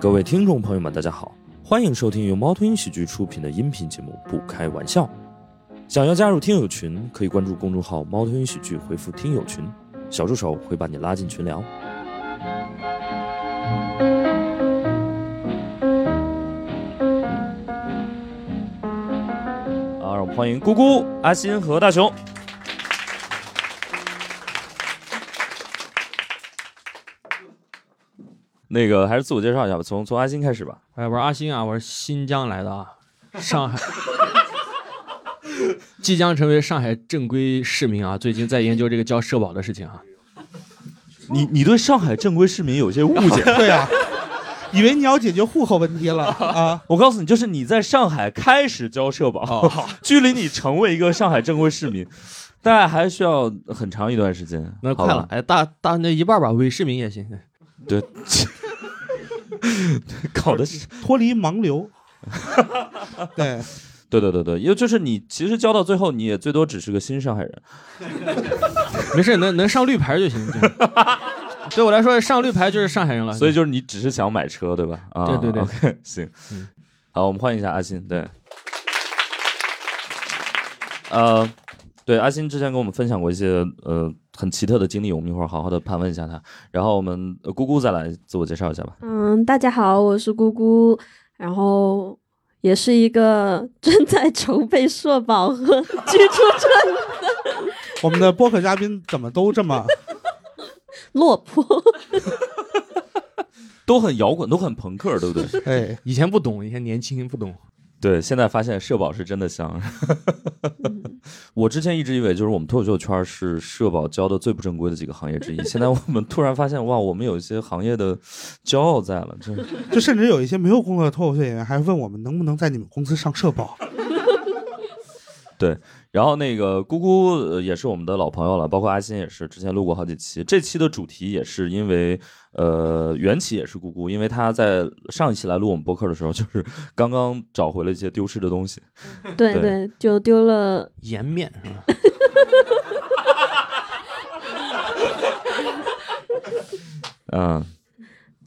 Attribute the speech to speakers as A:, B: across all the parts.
A: 各位听众朋友们，大家好，欢迎收听由猫头鹰喜剧出品的音频节目《不开玩笑》。想要加入听友群，可以关注公众号“猫头鹰喜剧”，回复“听友群”，小助手会把你拉进群聊。啊，让我们欢迎咕咕、阿新和大熊。那个还是自我介绍一下吧，从从阿新开始吧。
B: 哎，我是阿星啊，我是新疆来的啊，上海即将成为上海正规市民啊，最近在研究这个交社保的事情啊。
A: 你你对上海正规市民有些误 解
C: 对啊，以为你要解决户口问题了啊？
A: 我告诉你，就是你在上海开始交社保，
B: 哦
A: 距离你成为一个上海正规市民，大概还需要很长一段时间。
B: 那快
A: 好
B: 了
A: 吧，，
B: 哎，大大那一半吧，伪市民也行。
A: 对， 搞的是，
C: 脱离盲流。对，
A: 对对对对，因为就是你其实交到最后，你也最多只是个新上海 人。
B: 没事，能能上绿牌就行。对 对我来说，上绿牌就是上海人了。
A: 所以就是你只是想买车，对吧？啊，
B: 啊对对对
A: o k 行，
B: 嗯
A: 好，我们换一下阿信，对，呃，对，阿信之前跟我们分享过一些呃很奇特的经历，我们一会儿好好的盘问一下他，然后我们、呃、姑姑再来自我介绍一下吧。
D: 嗯，大家好，我是姑姑，然后也是一个 正在筹备社保和居住证
C: 我们的播客嘉宾怎么都这么
D: 落魄。
A: 都很摇滚，都很朋克，对 不对？
C: 哎？
B: 以前不懂，以前年轻不懂。
A: 对，现在发现社保是真的香。
B: 嗯
A: 我之前一直以为就是我们脱口秀圈是社保交的最不正规的几个行业之一，现在我们突然发现，哇，我们有一些行业的骄傲在了，真是
C: 就甚至有一些没有工作的脱口秀演员还问我们能不能在你们公司上社保。
A: 然后那个姑姑呃也是我们的老朋友了，包括阿欣也是，之前录过好几期。这期的主题也是因为，呃，缘起也是姑姑，因为她在上一期来录我们播客的时候，就是刚刚找回了一些丢失的东西。
D: 对
A: 对
D: 对，就丢了。
B: 颜面是吧？
A: 嗯，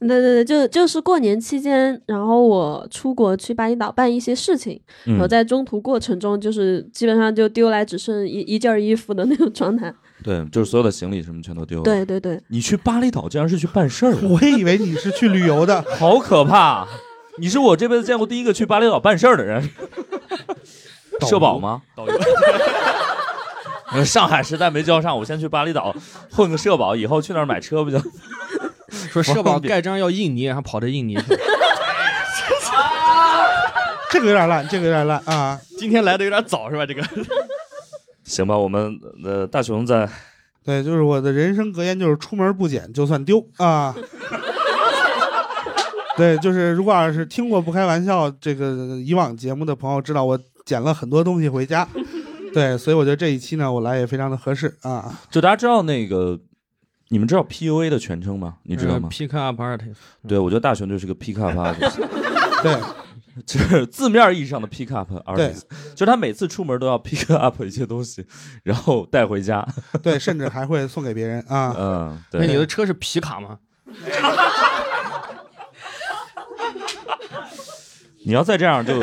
D: 对对对，就就是过年期间，然后我出国去巴厘岛办一些事情，然后
A: 嗯
D: 在中途过程中，就是基本上就丢来只剩一一件衣服的那种状态。
A: 对，就是所有的行李什么全都丢了。，
D: 对对对，
A: 你去巴厘岛竟然是去办事儿的，
C: 我也以为你是去旅游的，
A: 好可怕！你是我这辈子见过第一个去巴厘岛办事儿的人。社保吗？导游。上海实在没交上，我先去巴厘岛混个社保，以后去那儿买车不就？
B: 说社保盖章要印尼，然后跑到印尼去。
C: 这个有点烂，这个有点烂啊！
B: 今天来的有点早是吧？这个
A: 行吧，我们呃大熊在
C: 对，就是我的人生格言就是出门不捡就算丢啊。 对，就是如果要是听过不开玩笑这个以往节目的朋友，知道我捡了很多东西回家。对，所以我觉得这一期呢，我来也非常的合适啊。
A: 就大家知道那个，你们知道 PUA 的全称吗？你知道吗？
B: ？Pick up 呃 artist。
A: 对，我觉得大熊就是个 pick up artist，
C: 对，
A: 就是字面意义上的 pick up
C: 对
A: artist，就是他每次出门都要 pick up 一些东西，然后带回家。
C: 对，甚至还会送给别人啊。
A: 嗯，
B: 那你
A: 对。
B: 的车是皮卡吗？
A: 你要再这样就，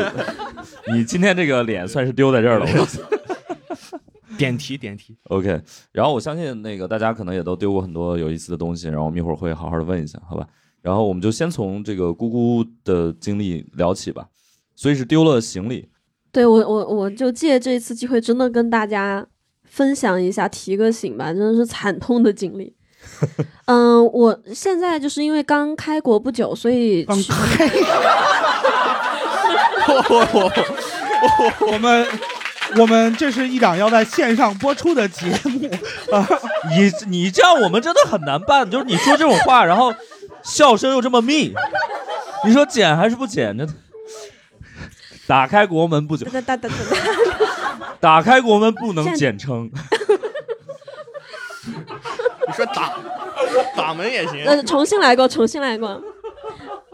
A: 你今天这个脸算是丢在这儿了。我告诉你
B: 点题点题。
A: OK，然后我相信那个大家可能也都丢过很多有意思的东西，然后我们一会儿会好好的问一下，好吧？然后我们就先从这个姑姑的经历聊起吧，所以是丢了行李，
D: 对我我我就借这次机会，真的跟大家分享一下，提个醒吧，真的是惨痛的经 历。嗯，我现在就是因为刚开国不久，所以
C: 刚
D: 去
C: 开， 我们我们这是一档要在线上播出的节目，啊
A: 你你这样我们真的很难办，就是你说这种话，然后笑声又这么密，你说剪还是不剪？真的，打开国门不久，
D: 哒哒哒哒
A: 打开国门不能
D: 能
A: 简称，
B: 你说打打门也行
D: 呃，重新来过，重新来过。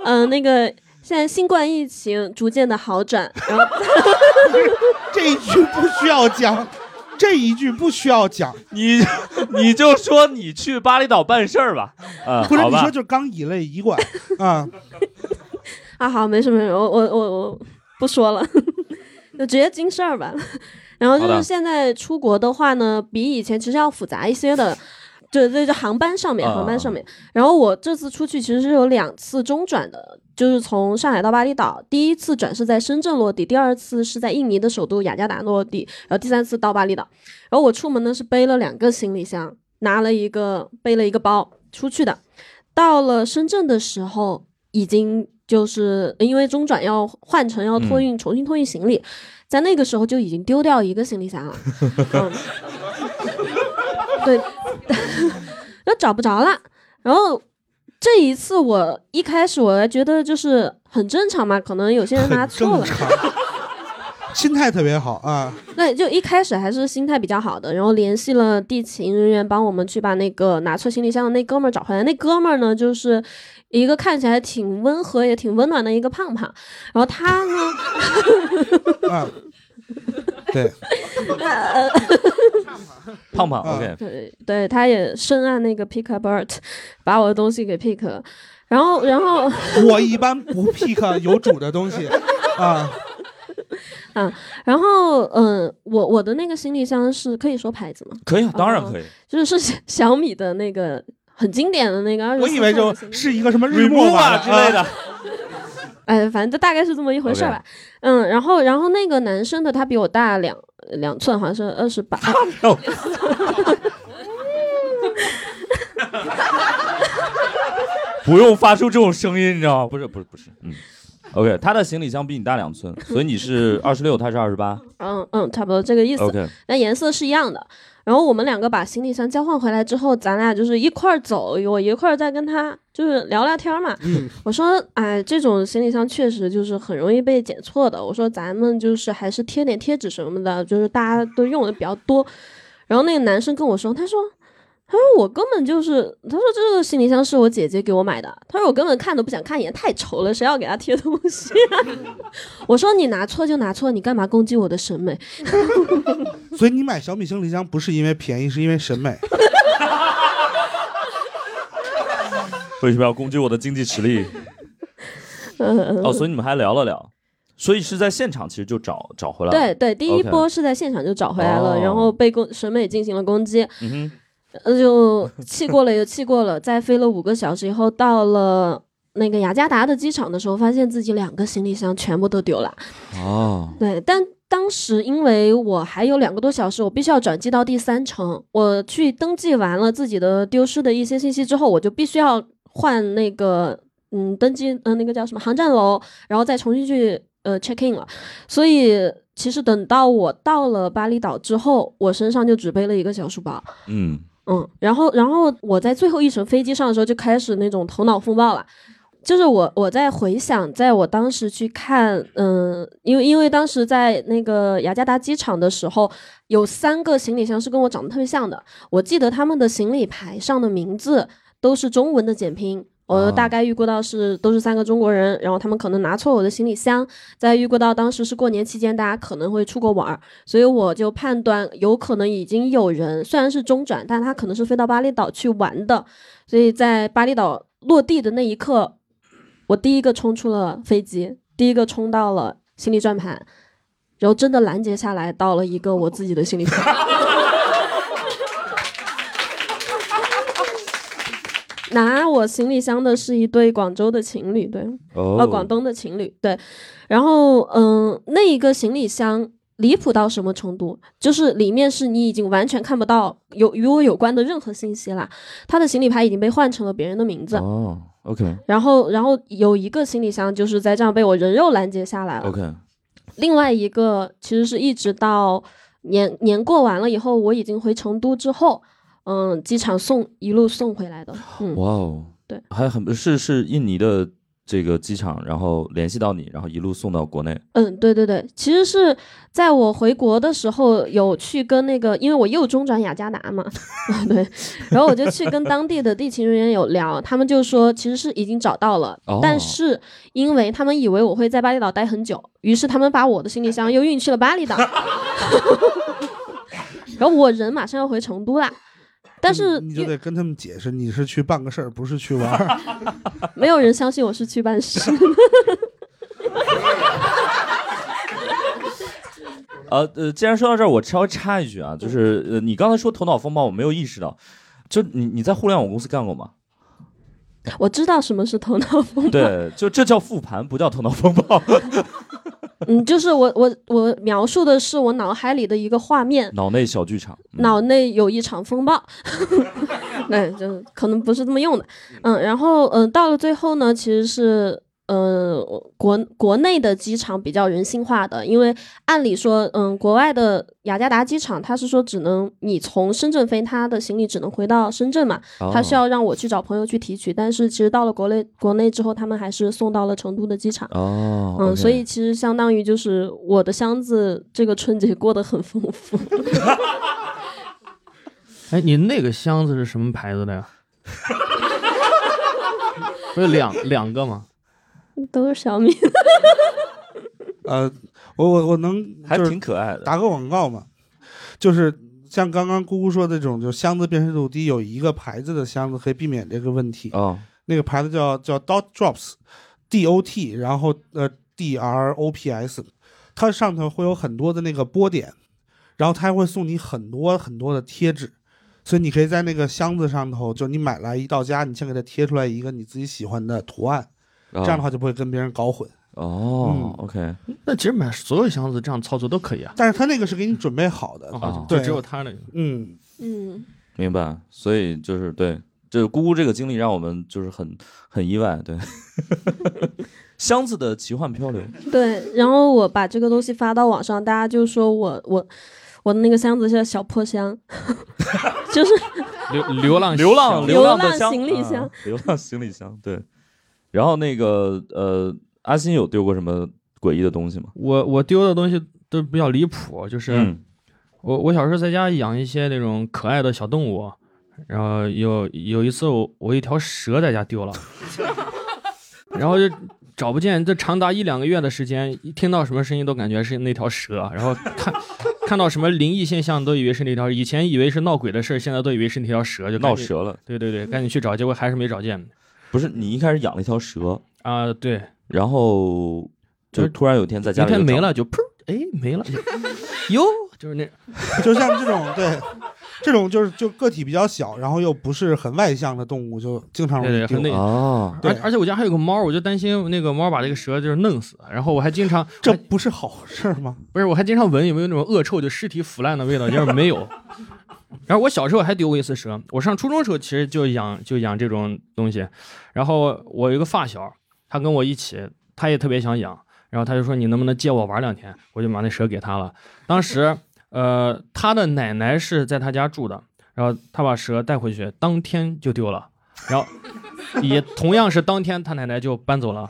D: 嗯、那个现在新冠疫情逐渐的好转，然后
C: 这一句不需要讲，这一句不需要讲。
A: 你你就说你去巴厘岛办事儿吧，啊、
C: 不是
A: 好
C: 你
A: 吧
C: 说就刚以泪一贯 啊，
D: 啊，好，没什么，没什么我我我我不说了， 就直接经事儿吧。然后就
A: 好
D: 是
A: 的
D: 现在出国的话呢，比以前其实要复杂一些的，对对，就航班上面，
A: 啊
D: 航班上面。然后我这次出去其实是有两次中转的，就是从上海到巴厘岛，第一次转是在深圳落地，第二次是在印尼的首都雅加达落地，然后第三次到巴厘岛。然后我出门呢是背了两个行李箱，拿了一个背了一个包出去的。到了深圳的时候，已经就是因为中转要换乘要
C: 嗯
D: 托运，重新托运行李，在那个时候就已经丢掉一个行李箱了。嗯，对， 那找不着了。然后这一次我一开始我还觉得就是很正常嘛，可能有些人拿
C: 很
D: 错
C: 正
D: 了。
C: 常，心态特别好啊。
D: 对，就一开始还是心态比较好的，然后联系了地勤人员帮我们去把那个拿错行李箱的那哥们儿找回来。那哥们儿呢，就是一个看起来挺温和也挺温暖的一个胖胖，然后他呢，
C: 啊，对，
A: 胖胖
C: 啊
A: ，OK，
D: 对对，他也深谙那个 pick up art，把我的东西给 pick，了然后然后。
C: 我一般不 pick 有主的东西 啊，
D: 啊然后，嗯、我我的那个行李箱是可以说牌子吗？
A: 可以，当然可以。
D: 就是是小 米的那个很经典的那个二十
C: 我以为就是一个什么日暮
A: remove 啊之
C: 的
A: 类的，
D: 哎，反正就大概是这么一回事儿吧。嗯，然后然后那个男生的他比我大两两寸，好像是二十八。
A: 不用发出这种声音，你知道吗？不是，不是，不是，嗯，OK，他的行李箱比你大两寸，所以你是二十六，他是二十八
D: 嗯嗯，差不多这个意思。
A: ，OK，
D: 那颜色是一样的。然后我们两个把行李箱交换回来之后，咱俩就是一块儿走，我一块儿在跟他就是聊聊天儿嘛。
C: 嗯
D: 我说，哎，这种行李箱确实就是很容易被捡错的。我说咱们就是还是贴点贴纸什么的，就是大家都用的比较多。然后那个男生跟我说，他说。他说我根本就是，他说这个行李箱是我姐姐给我买的。他说我根本看都不想看一眼，太丑了，谁要给他贴东西、啊？ 我说你拿错就拿错，你干嘛攻击我的审美？
C: 所以你买小米行李箱不是因为便宜，是因为审美。
A: 为什么要攻击我的经济实力？
D: 嗯嗯嗯
A: 哦，所以你们还聊了聊，所以是在现场其实就找找回来了，
D: 对对，第一
A: OK
D: 波是在现场就找回来了，然
A: 哦
D: 后被攻审美进行了攻击，
A: 嗯哼，
D: 呃，就气过了也气过了，再飞了五个小时以后，到了那个雅加达的机场的时候，发现自己两个行李箱全部都丢了。
A: 哦，
D: 对，但当时因为我还有两个多小时，我必须要转机到第三城，我去登记完了自己的丢失的一些信息之后，我就必须要换那个嗯登机呃那个叫什么航站楼，然后再重新去呃 check in 了。所以其实等到我到了巴厘岛之后，我身上就只背了一个小书包。
A: 嗯，
D: 嗯，然后然后我在最后一程飞机上的时候就开始那种头脑风暴了。就是我，我在回想，在我当时去看，嗯、因为因为当时在那个雅加达机场的时候，有三个行李箱是跟我长得特别像的，我记得他们的行李牌上的名字都是中文的简拼，我
A: 哦
D: 大概预估到是都是三个中国人，然后他们可能拿错我的行李箱，再预估到当时是过年期间，大家可能会出国玩儿，所以我就判断有可能已经有人虽然是中转，但他可能是飞到巴厘岛去玩的，所以在巴厘岛落地的那一刻，我第一个冲出了飞机，第一个冲到了行李转盘，然后真的拦截下来到了一个我自己的行李转盘。 拿我行李箱的是一对广州的情侣，对，
A: 哦
D: 呃，广东的情侣，对。然后，嗯、那一个行李箱离谱到什么程度？就是里面是你已经完全看不到有与我有关的任何信息啦。他的行李牌已经被换成了别人的名字，
A: 哦，OK
D: 然后，然后有一个行李箱就是在这样被我人肉拦截下来了。
A: OK，
D: 另外一个其实是一直到年年过完了以后，我已经回成都之后，嗯，机场送一路送回来的。嗯，
A: 哇哦，
D: 对，
A: 还很是是印尼的这个机场，然后联系到你，然后一路送到国内，
D: 嗯，对对对，其实是在我回国的时候有去跟那个，因为我又中转雅加达嘛， 对，然后我就去跟当地的地勤人员有聊，他们就说其实是已经找到了，
A: 哦
D: 但是因为他们以为我会在巴厘岛待很久，于是他们把我的行李箱又运去了巴厘岛， 然后我人马上要回成都啦，但是
A: 嗯
C: 你你
D: 因
C: 就
D: 为
C: 得跟他们解释，你是去办个事儿，不是去玩儿。
D: 没有人相信我是去办事。
A: 呃呃，既然说到这儿，我稍微插一句啊，就是呃，你刚才说头脑风暴，我没有意识到，就你你在互联网公司干过吗？
D: 我知道什么是头脑风暴，
A: 对，就这叫复盘，不叫头脑风 暴。
D: 嗯，就是我我我描述的是我脑海里的一个画面，
A: 脑内小剧场，
D: 脑内有一场风暴，对，就是可能不是这么用的，嗯，然后嗯、呃到了最后呢，其实是呃国国内的机场比较人性化的，因为按理说，嗯，国外的雅加达机场它是说只能你从深圳飞，它的行李只能回到深圳嘛，
A: 哦
D: 它需要让我去找朋友去提取，但是其实到了国内国内之后，他们还是送到了成都的机场。
A: 哦，
D: 嗯，
A: OK
D: 所以其实相当于就是我的箱子这个春节过得很丰富。
B: 哎，你那个箱子是什么牌子的呀？不是两两个吗？
D: 都是小米，
C: 呃，我我我能
A: 还
C: 就是
A: 挺可爱的。
C: 打个广告嘛，就是像刚刚姑姑说的这种，就箱子辨识度低，有一个牌子的箱子可以避免这个问题。
A: 哦，
C: 那个牌子叫叫 Dot Drops，D O T，然后呃 D R O P S，它上头会有很多的那个波点，然后它还会送你很多很多的贴纸，所以你可以在那个箱子上头，就你买来一到家，你先给它贴出来一个你自己喜欢的图案，
A: 这
C: 这样的话就不会跟别人搞混。
A: 哦，OK，
B: 那其实买所有箱子这样操作都可以啊。
C: 但是它那个是给你准备好的，
B: 哦
C: 对
B: 就只有他那个。
C: 嗯，
D: 嗯，
A: 明白。所以就是对，就是姑姑这个经历让我们就是很很意外，对。 箱子的奇幻漂流，
D: 对。然后我把这个东西发到网上，大家就说我我我的那个箱子叫小破箱， 就是
B: 流流浪
A: 流浪
D: 流
A: 浪
D: 浪
A: 的箱，
D: 行李箱
A: 啊流浪行李箱，对。然后那个呃，阿新有丢过什么诡异的东西吗？
B: 我我丢的东西都比较离谱，就是、
A: 嗯
B: 我我小时候在家养一些那种可爱的小动物，然后有有一次我我一条蛇在家丢了，然后就找不见，这长达一两个月的时间，一听到什么声音都感觉是那条蛇，然后看看到什么灵异现象都以为是那条，以前以为是闹鬼的事儿，现在都以为是那条蛇，就赶
A: 闹
B: 紧。
A: 折了，
B: 对对对，赶紧去找，结果还是没找见
A: 不是你一开始养了一条蛇，
B: 啊、对，
A: 然后就突然有一天在家
B: 一
A: 里
B: 天
A: 就
B: 没
A: 找
B: 了就噗，哎没 了，哟，就是那
C: 就像这种对。这种就是就个体比较小，然后又不是很外向的动物，就经常容易
B: 对对
C: 丢
B: 很那
A: 哦，
C: 对
B: 而而且我家还有个猫，我就担心那个猫把这个蛇就是弄死。然后我还经常，
C: 这
B: 我还
C: 不是好事儿吗？
B: 不是我还经常闻有没有那种恶臭，就尸体腐烂的味道，就是没有。 然后我小时候还丢过一次蛇，我上初中的时候其实就养就养这种东西。然后我有一个发小，他跟我一起，他也特别想养，然后他就说你能不能借我玩两天？我就把那蛇给他了。当时呃，他的奶奶是在他家住的，然后他把蛇带回去，当天就丢了，然后也同样是当天他奶奶就搬走了。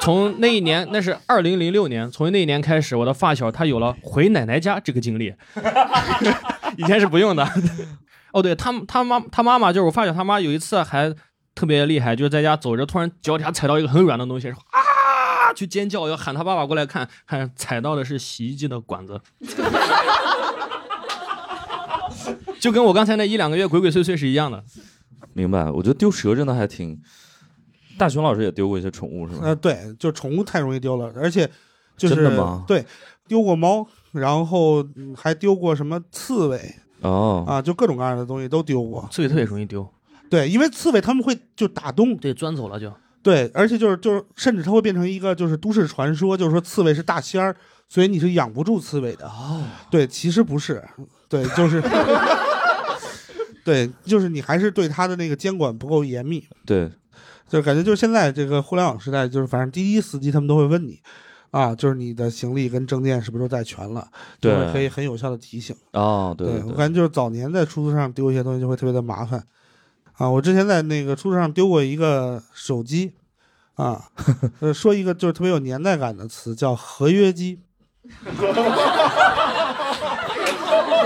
B: 从那一年，那是二零零六年，从那一年开始，我的发小他有了回奶奶家这个经历， 以前是不用的。哦，对他他妈他妈妈就是我发小他妈，有一次还特别厉害，就是在家走着，突然脚底下踩到一个很软的东西，然后啊去尖叫，要喊他爸爸过来看， 看踩到的是洗衣机的管子。 就跟我刚才那一两个月鬼鬼祟祟是一样的，
A: 明白，我觉得丢蛇真的还挺。大熊老师也丢过一些宠物是吗？
C: 呃，对，就宠物太容易丢了，而且就是
A: 真的吗
C: 对，丢过猫，然后嗯还丢过什么刺猬
A: 哦，
C: 啊，就各种各样的东西都丢过。
B: 刺猬特别容易丢，
C: 对，因为刺猬他们会就打洞，
B: 对，钻走了就。
C: 对，而且就是就是，甚至它会变成一个就是都市传说，就是说刺猬是大仙儿，所以你是养不住刺猬的。
A: 哦，
C: 对，其实不是，对，就是。对，就是你还是对它的那个监管不够严密，
A: 对，
C: 就感觉就是现在这个互联网时代，就是反正滴滴司机他们都会问你，啊，就是你的行李跟证件是不是都带全了，就
A: 对
C: 会可以很有效的提醒。
A: 哦，对对
C: 我
A: 对，
C: 感觉就是早年在出租车上丢一些东西就会特别的麻烦，啊，我之前在那个出租车上丢过一个手机，啊，呃，说一个就是特别有年代感的词叫合约机，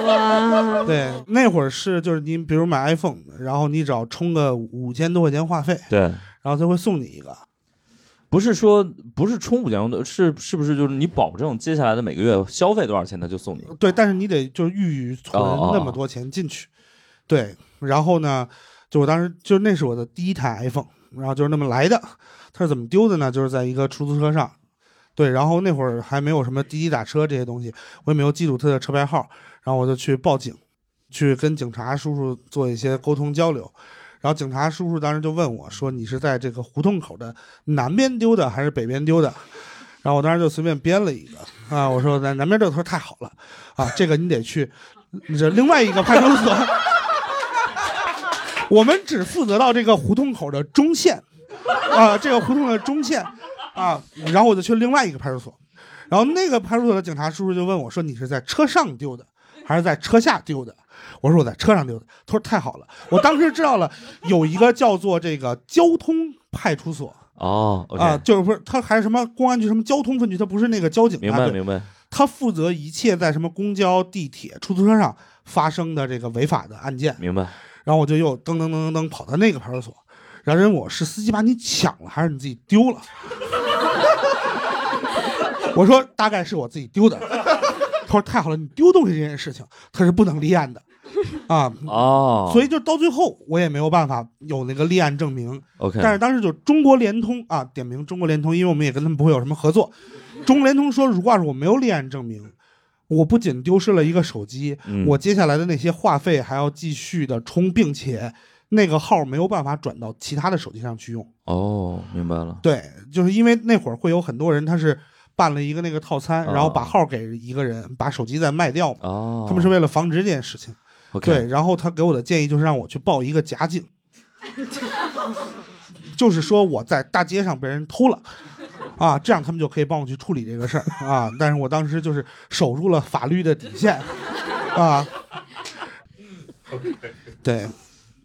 D: 哇，
C: 对，那会儿是就是你比如买 iPhone，然后你只要充个五千多块钱话费，
A: 对，
C: 然后他会送你一个，
A: 不是说不是充五千的，是是不是就是你保证接下来的每个月消费多少钱，他就送你？
C: 对，但是你得就预存
A: 哦哦
C: 那么多钱进去，对，然后呢，就我当时就那是我的第一台 iPhone，然后就是那么来的，它是怎么丢的呢？就是在一个出租车上，对，然后那会儿还没有什么滴滴打车这些东西，我也没有记住他的车牌号，然后我就去报警，去跟警察叔叔做一些沟通交流。然后警察叔叔当时就问我说：“你是在这个胡同口的南边丢的还是北边丢的？”然后我当时就随便编了一个啊，我说南南边丢的，他说太好了啊，这个你得去这另外一个派出所，我们只负责到这个胡同口的中线啊，这个胡同的中线啊，然后我就去另外一个派出所，然后那个派出所的警察叔叔就问我说：“你是在车上丢的还是在车下丢的？”我说我在车上丢的。他说太好了，我当时知道了有一个叫做这个交通派出所
A: 哦，OK，
C: 啊，就是不是他还是什么公安局什么交通分局，他不是那个交警
A: 明
C: 大
A: 白
C: 队
A: 明白。
C: 他负责一切在什么公交、地铁、出租车上发生的这个违法的案件。
A: 明白，
C: 然后我就又噔噔噔噔噔跑到那个派出所，然后人问我是司机把你抢了还是你自己丢了？ 我说大概是我自己丢的。他说太好了，你丢东西这件事情他是不能立案的啊，
A: 哦，
C: 所
A: 以
C: 以就到最后我也没有办法有那个立案证明。
A: OK，
C: 但是当时就中国联通啊，点名中国联通，因为我们也跟他们不会有什么合作。中国联通说，如果要是我没有立案证明，我不仅丢失了一个手机，
A: 嗯
C: 我接下来的那些话费还要继续的充，并且那个号没有办法转到其他的手机上去用。
A: 哦，明白了，
C: 对，就是因为那会儿会有很多人他是办了一个那个套餐，
A: 啊
C: 然后把号给一个人，把手机再卖掉嘛。
A: 哦，
C: 他们是为了防止这件事情。
A: OK，
C: 对，然后他给我的建议就是让我去报一个假警，就是说我在大街上被人偷了，啊，这样他们就可以帮我去处理这个事儿啊。但是我当时就是守住了法律的底线，啊，对，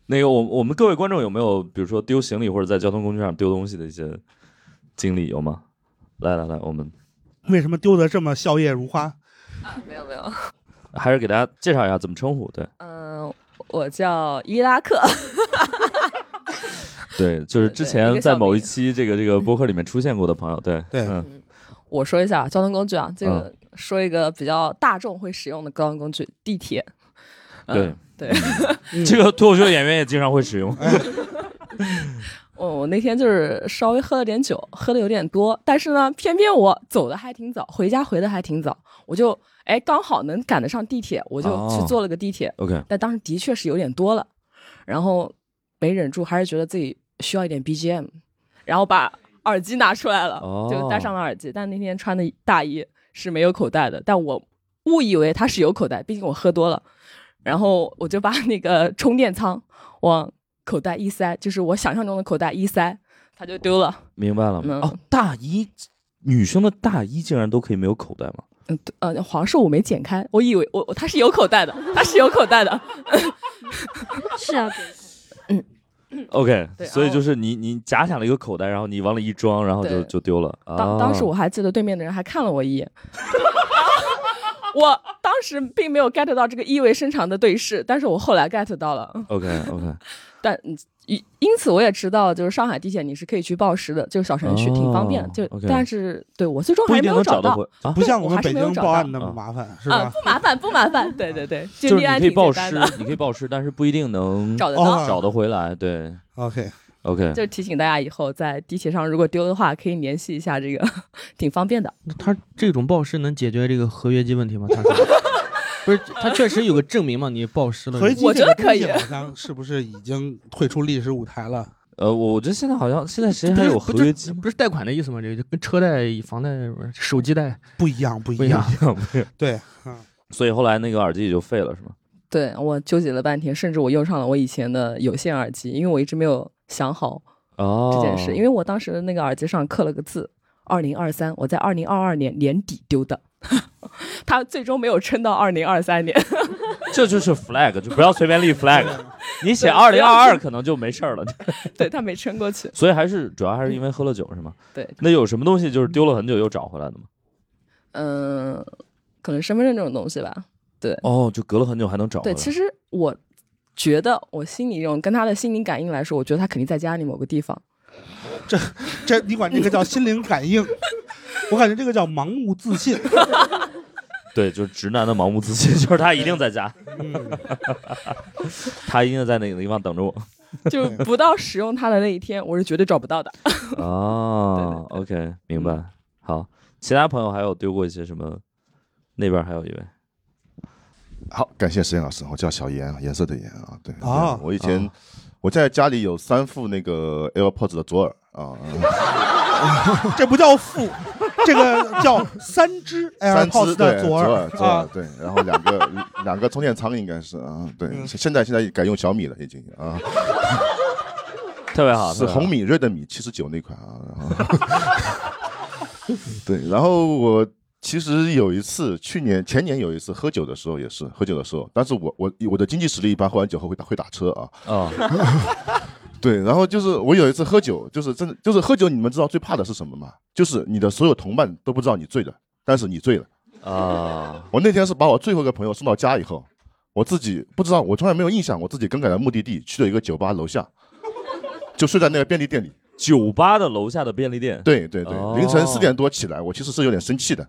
A: 那个我我们各位观众有没有，比如说丢行李或者在交通工具上丢东西的一些经历有吗？来来来，我们
C: 为什么丢的这么笑靥如花？
E: 没有没有，
A: 还是给大家介绍一下怎么称呼。对
E: 嗯、我叫伊拉克，
A: 对，就是
E: 对
A: 之
E: 对一
A: 前
E: 个
A: 在
E: 笑
A: 某一
E: 柄
A: 期这个这个播客里面出现过的朋友，对
C: 对
A: 嗯
E: 我说一下交通工具啊，这个说一个比较大众会使用的交通工具，地铁。
A: 对
E: 嗯、对，
A: 这个脱口秀演员也经常会使用。
E: 我哦我那天就是稍微喝了点酒，喝的有点多，但是呢，偏偏我走的还挺早，回家回的还挺早，我就哎刚好能赶得上地铁，我就
A: 哦
E: 去坐了个地铁，
A: OK，
E: 但当时的确是有点多了，然后没忍住，还是觉得自己需要一点 BGM，然后把耳机拿出来了，
A: 哦
E: 就戴上了耳机。但那天穿的大衣是没有口袋的，但我误以为它是有口袋，毕竟我喝多了。然后我就把那个充电仓往口袋一塞，就是我想象中的口袋一塞，它就丢了。
A: 明白了。
E: 嗯
A: 哦，大衣，女生的大衣竟然都可以没有口袋吗？
E: 嗯，对呃，黄色我没剪开，我以为我我它是有口袋的，它是有口袋的。
D: 是啊，
E: 嗯
A: OK，
E: 对
A: 所以
E: 然后
A: 就是你你假想了一个口袋，然后你往里一装，然后就
E: 对
A: 就丢了。啊
E: 当当时我还记得对面的人还看了我一眼， 我当时并没有 get 到这个意味深长的对视，但是我后来 get 到了，嗯
A: OK OK，
E: 但因因此我也知道，就是上海地铁你是可以去报时的，就是小程序
A: 哦
E: 挺方便的，就、
A: OK
E: 但是对我最终
A: 不
E: 还
A: 一
E: 是没
A: 定
E: 有
A: 能找
E: 到
A: 到回啊。
C: 不像我
E: 我
C: 们
E: 还是
C: 北
E: 没有
C: 京
E: 找
C: 报
E: 到
C: 案那么
A: 啊
C: 麻烦，是
E: 啊，
C: 吧？
E: 不麻烦不麻烦，对对对，就
A: 就是
E: 立案
A: 你可以
E: 挺
A: 报
E: 简
A: 失
E: 单的，，
A: 你可以报失，但是不一定能
E: 找得
C: 哦
E: 到。
A: 找得回来。对
C: OK，
A: ，OK，
E: 就是提醒大家以后在地铁上如果丢的话，可以联系一下这个， 挺方便的。
B: 他这种报失能解决这个合约机问题吗？他 是不是他确实有个证明嘛？你报失了，
C: 合一
E: 我觉得可以
C: 好 像是不是已经退出历史舞台了？
A: 呃，我我觉得现在好像现在谁
B: 不
A: 还
B: 是
A: 有合约
B: 不
A: 机
B: 是
A: 吗？
B: 不是贷款的意思吗？这个就跟车贷、房贷、手机贷
C: 不一样，不一
B: 不一样。。
C: 对，嗯，
A: 所以后来那个耳机也就废了，是吗？
E: 对我纠结了半天，甚至我用上了我以前的有线耳机，因为我一直没有想好
A: 哦，
E: 这件事，因为我当时那个耳机上刻了个字“二零二三”，我在二零二二年年底丢的， 它最终没有撑到二零二三年。
A: 这就是 flag，就不要随便 立 flag。你写
E: 对
A: 二
E: 不
A: 零
E: 要
A: 二二可能就没事儿了，
E: 对，它没撑过去。
A: 所以还是主要还是因为喝了酒是吗？
E: 对，
A: 那有什么东西就是丢了很久又找回来的吗？
E: 嗯、可能身份证这种东西吧。
A: 哦，就隔了很久还能找回
E: 对，
A: 来。
E: 其实我觉得我心里用跟他的心灵感应来说，我觉得他肯定在家里某个地方。
C: 这你管这个叫心灵感应，我感觉这个叫盲目自信。
A: 对，就是直男的盲目自信，就是他一定在家，
C: 嗯，
A: 他一定在哪个地方等着我。
E: 就不到使用它的那一天，我是绝对找不到的。
A: 哦 o k 明白。好，其他朋友还有丢过一些什么？那边还有一位，
F: 好，感谢石岩老师，我叫小严，颜色的颜啊，对
C: 啊
F: 对我以前我在家里有三副那个 AirPods 的左耳啊，嗯
C: 这不叫副，这个叫三只
F: 三只
C: AirPods 的
F: 对左
C: 耳
F: 左耳
C: 啊，
F: 对，然后两个两个充电仓应该是啊，对，现在现在改用小米了已经啊，
A: 特别好，
F: 是
A: 特别好
F: 红米瑞的米七十九那款啊。然后 对，然后我其实有一次，去年前年有一次喝酒的时候也是喝酒的时候，但是我我我的经济实力一般，喝完酒后会打会打车啊。
A: 啊，
F: 对，然后就是我有一次喝酒，就是真的就是喝酒，你们知道最怕的是什么吗？就是你的所有同伴都不知道你醉了，但是你醉了。
A: 啊，
F: 我那天是把我最后一个朋友送到家以后，我自己不知道，我从来没有印象，我自己更改了目的地，去了一个酒吧楼下， 就睡在那个便利店里。
A: 酒吧的楼下的便利店，
F: 对对
A: 哦
F: 对，凌晨四点多起来，我其实是有点生气的。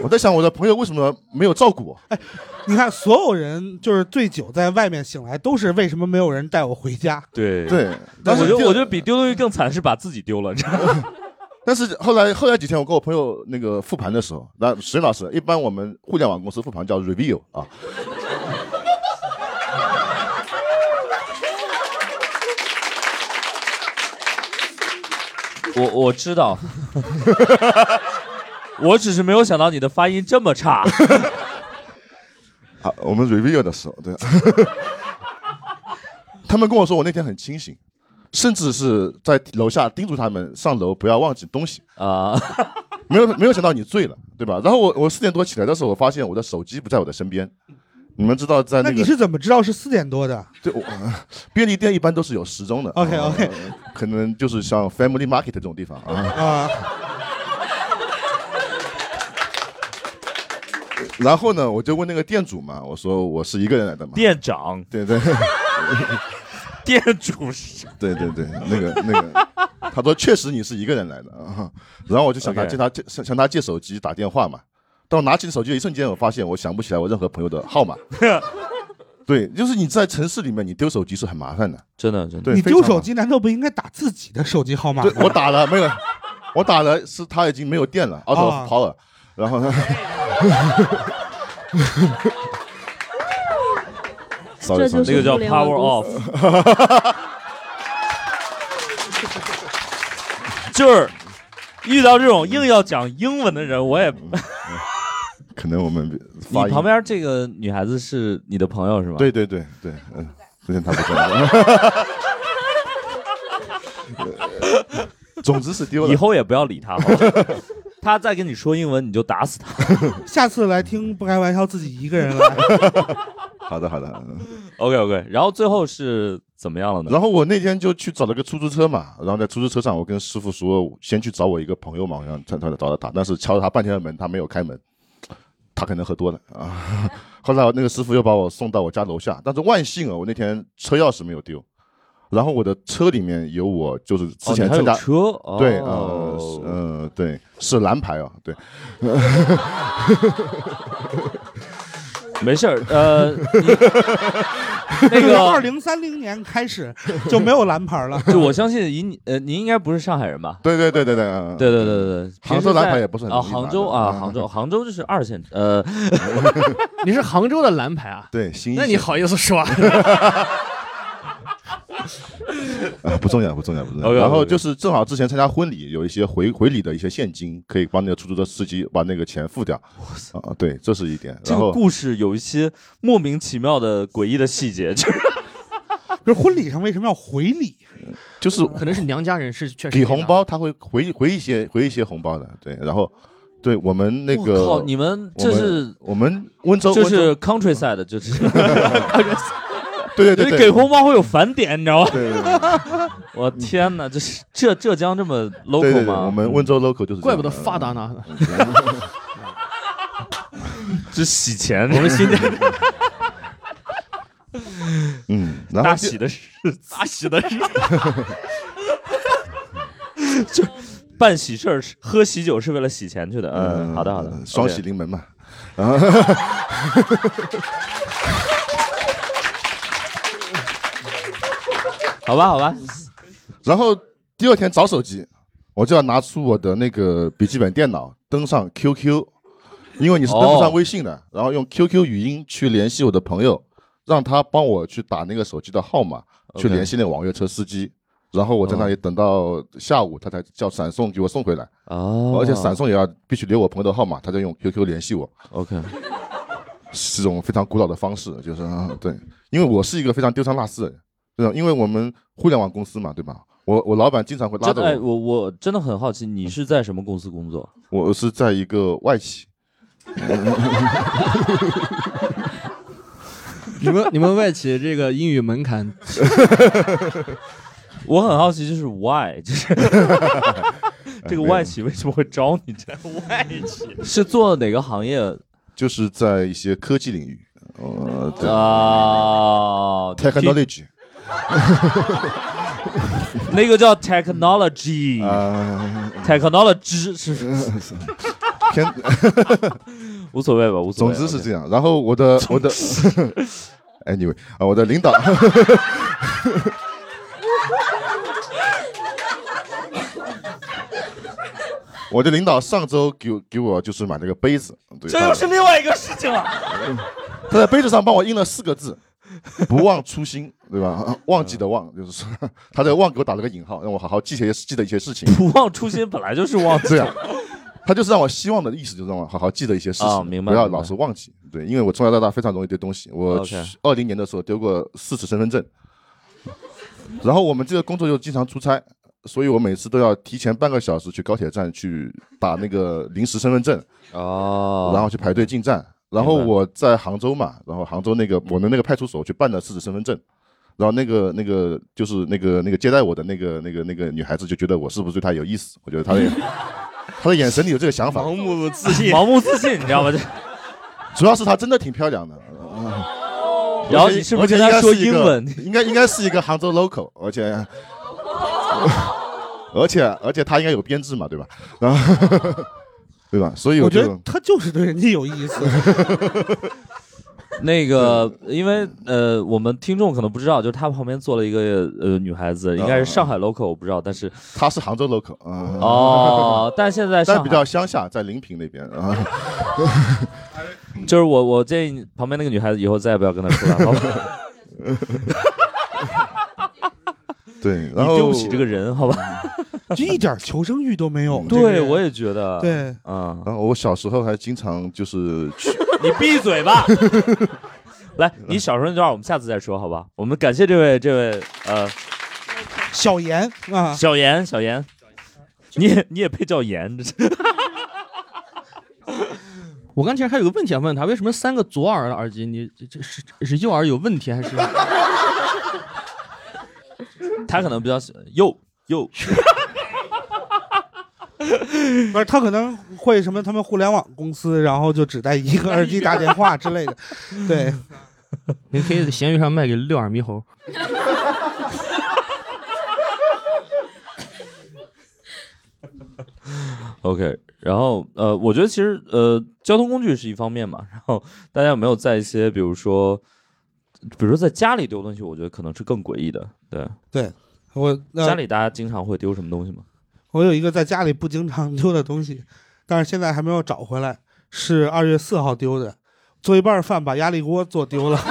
F: 我在想，我的朋友为什么没有照顾我？
C: 哎你看所有人就是醉酒在外面醒来，都是为什么没有人带我回家？
A: 对，
F: 对，但
A: 但
F: 是
A: 我觉得
F: 就
A: 我觉得比丢东西更惨是把自己丢了，你知道吗？
F: 但是后来后来几天，我跟我朋友那个复盘的时候，那石老师，一般我们互联网公司复盘叫 review 啊。
A: 我我知道， 我只是没有想到你的发音这么差。
F: 好，我们 review 的时候，对，啊 他们跟我说我那天很清醒，甚至是在楼下叮嘱他们上楼不要忘记东西。
A: 啊
F: 没有没有想到你醉了，对吧？然后我我四点多起来的时候，我发现我的手机不在我的身边。你们知道在
C: 那
F: 那
C: 你
F: 个
C: 是怎么知道是四点多的？
F: 对 我、呃 便利店一般都是有时钟的。
C: OK，OK
F: 呃可能就是像 Family Market 这种地方啊。
C: 啊，
F: 然后呢，我就问那个店主嘛，我说我是一个人来的嘛。
A: 店长、
F: 对对
A: 店主是
F: 对对对，那个那个，他说确实你是一个人来的啊。然后我就向他
A: OK
F: 借他借向向他借手机打电话嘛。当我拿起手机的一瞬间，我发现我想不起来我任何朋友的 号码。对，就是你在城市里面，你丢手机是很麻烦的。
A: 真的真的
F: 对，
C: 你
F: 非
C: 丢
F: 常麻
C: 手机难道不应该打自己的手机号码
F: 对
C: 吗？，
F: 我打了没有？我打了是他已经没有电了，out of
C: 啊
F: power。然后呢
D: 这
F: ？sorry sorry，
D: 就
F: 那
A: 那
F: 个
A: 个
D: 是
A: 叫
D: 互联网
A: Power
D: 公
A: Off，就是遇到这种硬要讲英文的人，我也
F: 嗯可能我们
A: 你
F: 发音
A: 旁边 这个女孩子是你的朋友是吗？
F: 对对对对，嗯，之前他不在。 总之是丢
A: 以
F: 了，
A: 后也不要理她，好 吧？她再跟你说英文，你就 打死她。
C: 下次来听不开玩笑，自己一个人来。
F: 好的好的。嗯
A: OK OK，然后最后是怎么样了呢？
F: 然后我那天就去找了个出租车嘛，然后在出租车上，我跟师傅说，先去找我一个朋友嘛，然后他他找到他，但是敲了他半天的门，他没有开门，他可能喝多了啊。后来那个师傅又把我送到我家楼下，但是万幸啊，我那天车钥匙没有丢，然后我的车里面有我就是之前
A: 哦、你还
F: 参
A: 有
F: 加、
A: 车，哦、
F: 对，呃，是呃，对，是蓝牌啊， 对，
A: 没事儿，呃，你那
C: 这
A: 个
C: 二零三零年开 始就没有蓝牌了。
A: 就我相信以你呃，您应该不是上海人吧？
F: 对对对对对，嗯
A: 对对对对对，
F: 杭州蓝牌也不是很
A: 啊，
F: 容易拿
A: 杭州
F: 的
A: 啊，
F: 嗯
A: 杭州，杭州就是二线，呃，
B: 你是杭州的蓝牌啊？
F: 对，新一
B: 那你
F: 线
B: 好意思说？
F: 啊，不重要，不重要，不重要。
A: OK，OK，OK
F: 然后就是正好之前参加婚礼，有一些回回礼的一些现金，可以帮那个出租车司机把那个钱付掉。啊，对，这是一点。
A: 这
F: 然
A: 个
F: 后
A: 故事有一些莫名其妙的诡异的细节， 就是
C: 比如婚礼上为什么要回 礼？
F: 就是
B: 可能是娘家人是确实
F: 给红包，他会回回一些回一些红包的。对，然后对我们那个，
A: 我靠，你们
F: 我
A: 这
F: 们
A: 是
F: 我们温州，
A: 这
F: 温州
A: 是 countryside，的就是
F: 对对对
A: 就是
F: 对，
A: 给红包会有返点，你知道吗？
F: 对。对对对
A: 我天哪，这是浙浙江这么
F: 对
A: local
F: 对对，
A: 吗？
F: 我们温州 local 就是这样的，
B: 啊怪不得发达呢。
A: 这洗钱， 我们新疆
F: 嗯，然后
A: 大
F: 就
A: 喜的是 大喜的 是，就办喜事儿是喝喜酒是为了洗钱去的。嗯，好的好的，
F: 双
A: OK
F: 喜临门嘛。
A: 好吧好吧，
F: 然后第二天找手机，我就要拿出我的那个笔记本电脑，登上 QQ，因为你是登
C: 哦
F: 不上微信的，然后用 QQ 语音去联系我的朋友，让他帮我去打那个手机的号码，去
A: OK
F: 联系那个网约车司机。然后我在那里等到下午，他才叫闪送给我送回来，
A: 哦，
F: 而且闪送也要必须留我朋友的号码，他再用 QQ 联系我。
A: OK，
F: 是这种非常古老的方式，就是、嗯对，因为我是一个非常丢三落四的人，对吧？因为我们互联网公司嘛，对吧？我我老板经常会 拉
A: 真
F: 着
A: 的哎，
F: 我，
A: 我我真的很好奇，你是在什么公司工作？
F: 我是在一个外企，
G: 你们你们外企这个英语门槛，
A: 我很好奇，就是 why，就是
F: 哎没
A: 这个
F: 有
A: 外企为什么会招你这样？ 外企是做哪个行业
F: 就是在一些科技领域，呃，对、
A: 啊
F: t e c h n o l o g y
A: 那个叫 technology，technology
F: 啊、
A: 是
F: 偏，
A: 无所谓吧，无
F: 总
A: 所谓。
F: 之是
A: OK
F: 这样。然后我的我的，anyway 啊，我的领导， 我的领导上周给我给我就是买了个杯子，对，
A: 这又是另外一个事情了。
F: 他在杯子上帮我印了四个字：“不忘初心”，对吧？ 忘记的忘，就是说他在忘给我打了个引号，让我好好记些记得一些事情。
A: 不忘初心本来就是忘
F: 这样，他就是让我希望的意思，就是让我好好记得一些事情，
A: 啊明白
F: 不要
A: 明白
F: 老是忘记。对，因为我从小到大非常容易丢东西。我
A: OK
F: 二零年的时候丢过四次身份证，然后我们这个工作又经常出差，所以我每次都要提前半个小时去高铁站去打那个临时身份证。
A: 哦
F: 然后去排队进站。然后
A: 明白嗯
F: 我在杭州嘛，然后杭州那个我们那个派出所去办了四纸身份证，然后那个那个就是那个那个接待我的那个那个那个女孩子就觉得我是不是对她有意思？我觉得她 的她的眼神里有这个想法，
G: 目自信
A: 盲目自信，你知道吗？这
F: 主要是她真的挺漂亮的。
A: 然后你是不
F: 而
A: 是
F: 且
A: 跟
F: 应
A: 他
F: 该
A: 说
F: 是一
A: 英
F: 个
A: 文？
F: 应该应该是一个杭州 local，而且 而且而且她应该有编制嘛，对吧？ 然后对吧？所以
C: 我
F: 我
C: 觉
F: 就
C: 得他就是对人家有意思。
A: 那个，因为呃，我们听众可能不知道，就是他旁边坐了一个呃女孩子，应该是上海 local，我不知道，但是
F: 她嗯是杭州 local，嗯，
A: 哦，但现在上
F: 但
A: 海
F: 比较乡下，在临平那边啊。
A: 就是我，我建议你旁边那个女孩子以后再也不要跟他出来，好吧？
F: 对，
A: 你
F: 然后
A: 对不起这个人，好吧？
C: 就一点求生欲都没
F: 嗯
C: 有。这个
A: 嗯对，
C: 人
A: 我也觉得，，
C: 对，
A: 嗯，
F: 然后啊我小时候还经常就是去，
A: 你闭嘴吧。来，你小时候那段我们下次再说，好吧？我们感谢这位这位呃
C: 小严啊，
A: 小严小严，你也你也配叫严？这是
B: 我刚才还有个问题想问他，为什么三个左耳的耳机，你这这是是右耳有问题还是？
A: 他可能比较喜欢哟 哟，
C: 不是他可能会什么？他们互联网公司，然后就只带一个耳机打电话之类的。 对，
B: 你可以在闲鱼上卖给六耳猕猴。
A: OK，然后呃，我觉得其实呃，交通工具是一方面嘛，然后大家有没有在一些比如说，比如说在家里丢东西，我觉得可能是更诡异的。对，
C: 我
A: 家
C: 呃，
A: 里大家经常会丢什么东西吗？
C: 我有一个在家里不经常丢的东西，但是现在还没有找回来，是二月四号丢的，做一半饭把压力锅做丢了。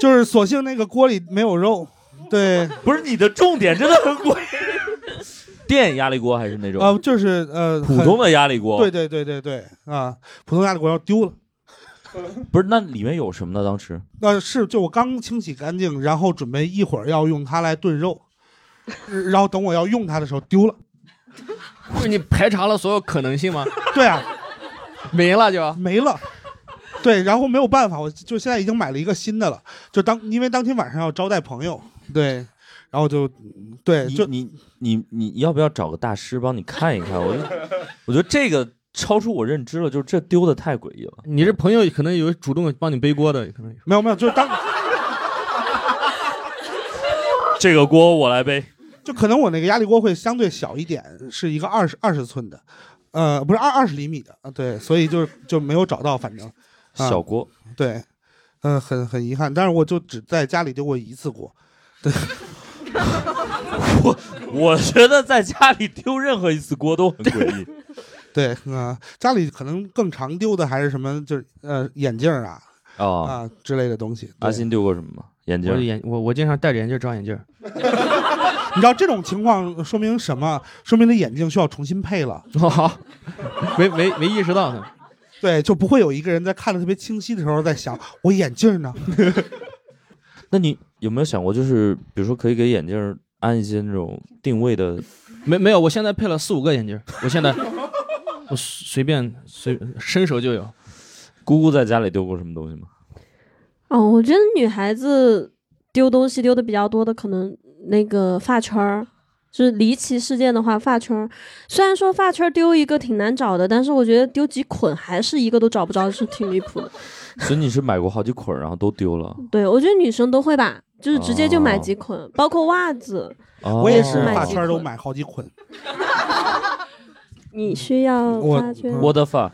C: 就是索性那个锅里没有肉，对，
A: 不是你的重点真的很诡异。电压力锅还是那种、
C: 啊，就是呃，
A: 普
C: 很
A: 通的压力锅？
C: 对，对对对对啊，普通压力锅要丢了。
A: 不是那里面有什么呢？当时
C: 那、是就我刚清洗干净，然后准备一会儿要用它来炖肉，呃然后等我要用它的时候丢了。
B: 不是你排查了所有可能性吗？
C: 对啊，
B: 没了就。
C: 没了。对，然后没有办法，我就现在已经买了一个新的了。就当因为当天晚上要招待朋友，对，然后就对
A: 你
C: 就
A: 你你你要不要找个大师帮你看一看？我就我觉得这个超出我认知了，就是这丢的太诡异了。
B: 你这朋友 可能有主动帮你背锅的，可能有。
C: 没有没有，就当
A: 这个锅我来背。
C: 就可能我那个压力锅会相对小一点，是一个二十二十寸的，呃，不是二二十厘米的，啊对，所以就就没有找到，反正啊呃
A: 小锅，
C: 对，嗯、很很遗憾，但是我就只在家里丢过一次锅，
A: 我我觉得在家里丢任何一次锅都很诡异。
C: 对啊、家里可能更常丢的还是什么，就是呃眼镜儿啊
A: 啊、
C: 啊、之类的东西。
A: 阿新丢过什么吗？眼镜
B: 我的眼我我经常戴着眼镜找眼镜。
C: 你知道这种情况说明什么？说明你眼镜需要重新配了。
A: 哦
B: 好，没没没意识到呢。
C: 对，就不会有一个人在看的特别清晰的时候在想我眼镜呢。
A: 那你有没有想过，就是比如说可以给眼镜儿安一些那种定位的？
B: 没没有，我现在配了四五个眼镜，我现在我随便随伸手就有。
A: 姑姑在家里丢过什么东西吗？
D: 哦，我觉得女孩子丢东西丢的比较多的，可能那个发圈儿，就是离奇事件的话，发圈儿。虽然说发圈儿丢一个挺难找的，但是我觉得丢几捆还是一个都找不着，是挺离谱的。
A: 所以你是买过好几捆儿，然后都丢了。
D: 对，我觉得女生都会吧，就是直接就买几捆，包括袜子。
A: 哦
C: 我也是
D: 买
C: 发
D: 几
C: 圈都
D: 捆
C: 买好几捆。
D: 你需要
C: 我
D: 发圈？
A: 我的 发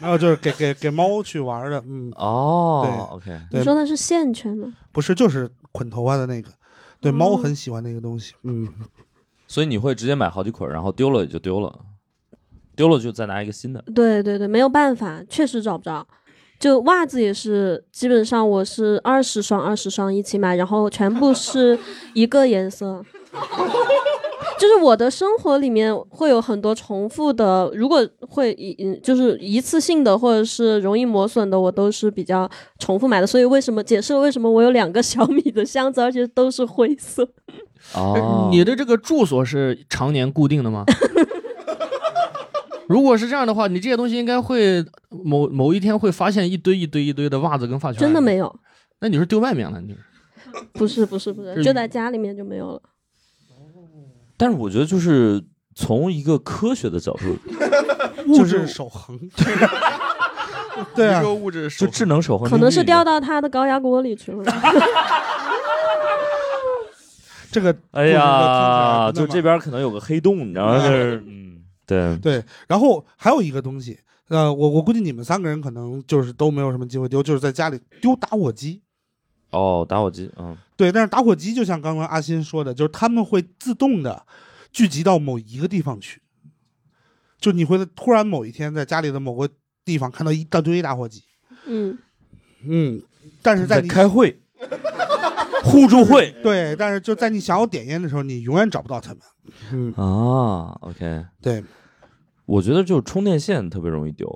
C: 然后就是给给给猫去玩的，嗯，
A: 哦，OK，
D: 你
C: 对，
D: 说的是线圈吗？
C: 不是就是捆头发的那个，
D: 哦
C: 对，猫很喜欢那个东西，嗯，
A: 所以你会直接买好几捆儿，然后丢了也就丢了，丢了就再拿一个新的。
D: 对对对，没有办法，确实找不着。就袜子也是，基本上我是二十双二十双一起买，然后全部是一个颜色。 就是我的生活里面会有很多重复的，如果会一嗯就是一次性的或者是容易磨损的，我都是比较重复买的。所以为什么解释了为什么我有两个小米的箱子，而且都是灰色？
A: 哦，
B: 哎你的这个住所是常年固定的吗？ 如果是这样的话，你这些东西应该会某某一天会发现一堆一堆一堆的袜子跟发圈。
D: 真的？没有，
B: 那你是丢外面了，你就是
D: 不是不是不是，就在家里面就没有了。
A: 但是我觉得就是从一个科学的角度，
C: 物质守恒，对啊，
G: 物质
A: 就智能守恒定律，
D: 可能是掉到他的高压锅里去了。
C: 这个
A: 哎呀，就这
C: 边
A: 边可能有个黑洞，你知道吗？就是嗯，对，
C: 对，然后还有一个东西，呃，我我估计你们三个人可能就是都没有什么机会丢，就是在家里丢打火机。
A: 哦，打火机，嗯，
C: 对，但是打火机就像刚刚阿新说的，就是他们会自动的聚集到某一个地方去，就你会突然某一天在家里的某个地方看到一大堆打火机，
D: 嗯。
C: 嗯，但是在你
A: 开会，互助会
C: 对，但是就在你想要点烟的时候，你永远找不到他们。嗯，
A: 啊，OK，
C: 对，
A: 我觉得就是充电线特别容易丢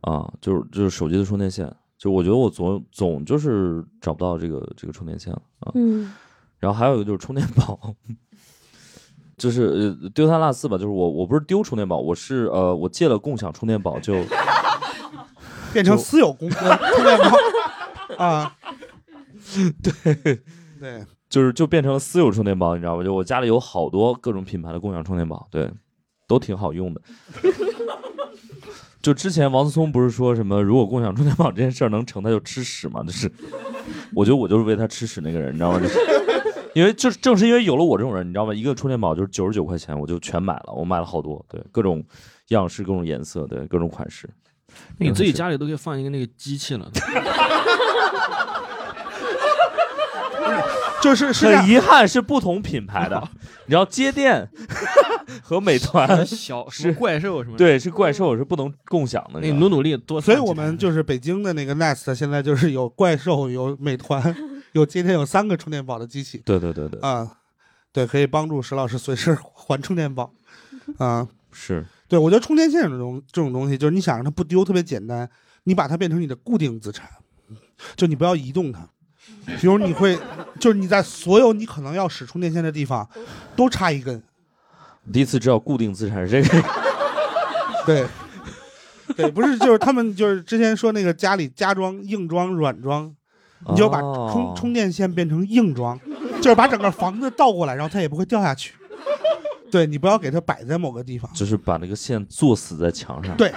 A: 啊，就是就是手机的充电线，就我觉得我总总就是找不到这个这个充电线了啊。
D: 嗯，
A: 然后还有一个就是充电宝， 就是呃丢三落四吧。就是我我不是丢充电宝，我是呃我借了共享充电宝就
C: 变成私有公司充电宝 啊，对对，
A: 就是就变成私有充电宝，你知道吧？就我家里有好多各种品牌的共享充电宝，对，都挺好用的。 就之前王思聪不是说什么，如果共享充电宝这件事儿能成，他就吃屎嘛？就是，我觉得我就是为他吃屎那个人，你知道吗？就是因为就是正是因为有了我这种人，你知道吗？一个充电宝就是九十九块钱，我就全买了，我买了好多，对，各种样式、各种颜色，对，各种款式。
B: 你自己家里都可以放一个那个机器 了。
C: 就是是这样
A: 很遗憾是不同品牌的，你知道街电 和美 团，
B: 小什么怪兽什么的？，
A: 对，是怪兽是不能共享的。
B: 你
A: 知道
B: 努
A: 吗
B: 努力多
C: 所
B: 放几台。
C: 以我们就是北京的那个 Nest，现在就是有怪兽、有 美团、有今天有三个充电宝的机器
A: 对对对对，
C: 啊，对，可以帮助石老师随时还充电宝啊。
A: 是
C: 对，我觉得充电线这种东这种东西，就是你想让它不丢，特别简单，你把它变成你的固定资产，就你不要移动它。比如你会，就是你在所有你可能要使充电线的地方，都插一根。
A: 第一次知道固定资产是这个。
C: 对，对，不是，就是他们就是之前说那个家里家装硬装软装，你就把充、
A: 哦
C: 充电线变成硬装，就是把整个房子倒过来，然后它也不会掉下去。对你不要给它摆在某个地方，
A: 就是把那个线坐死在墙
B: 嗯
A: 上。
C: 对，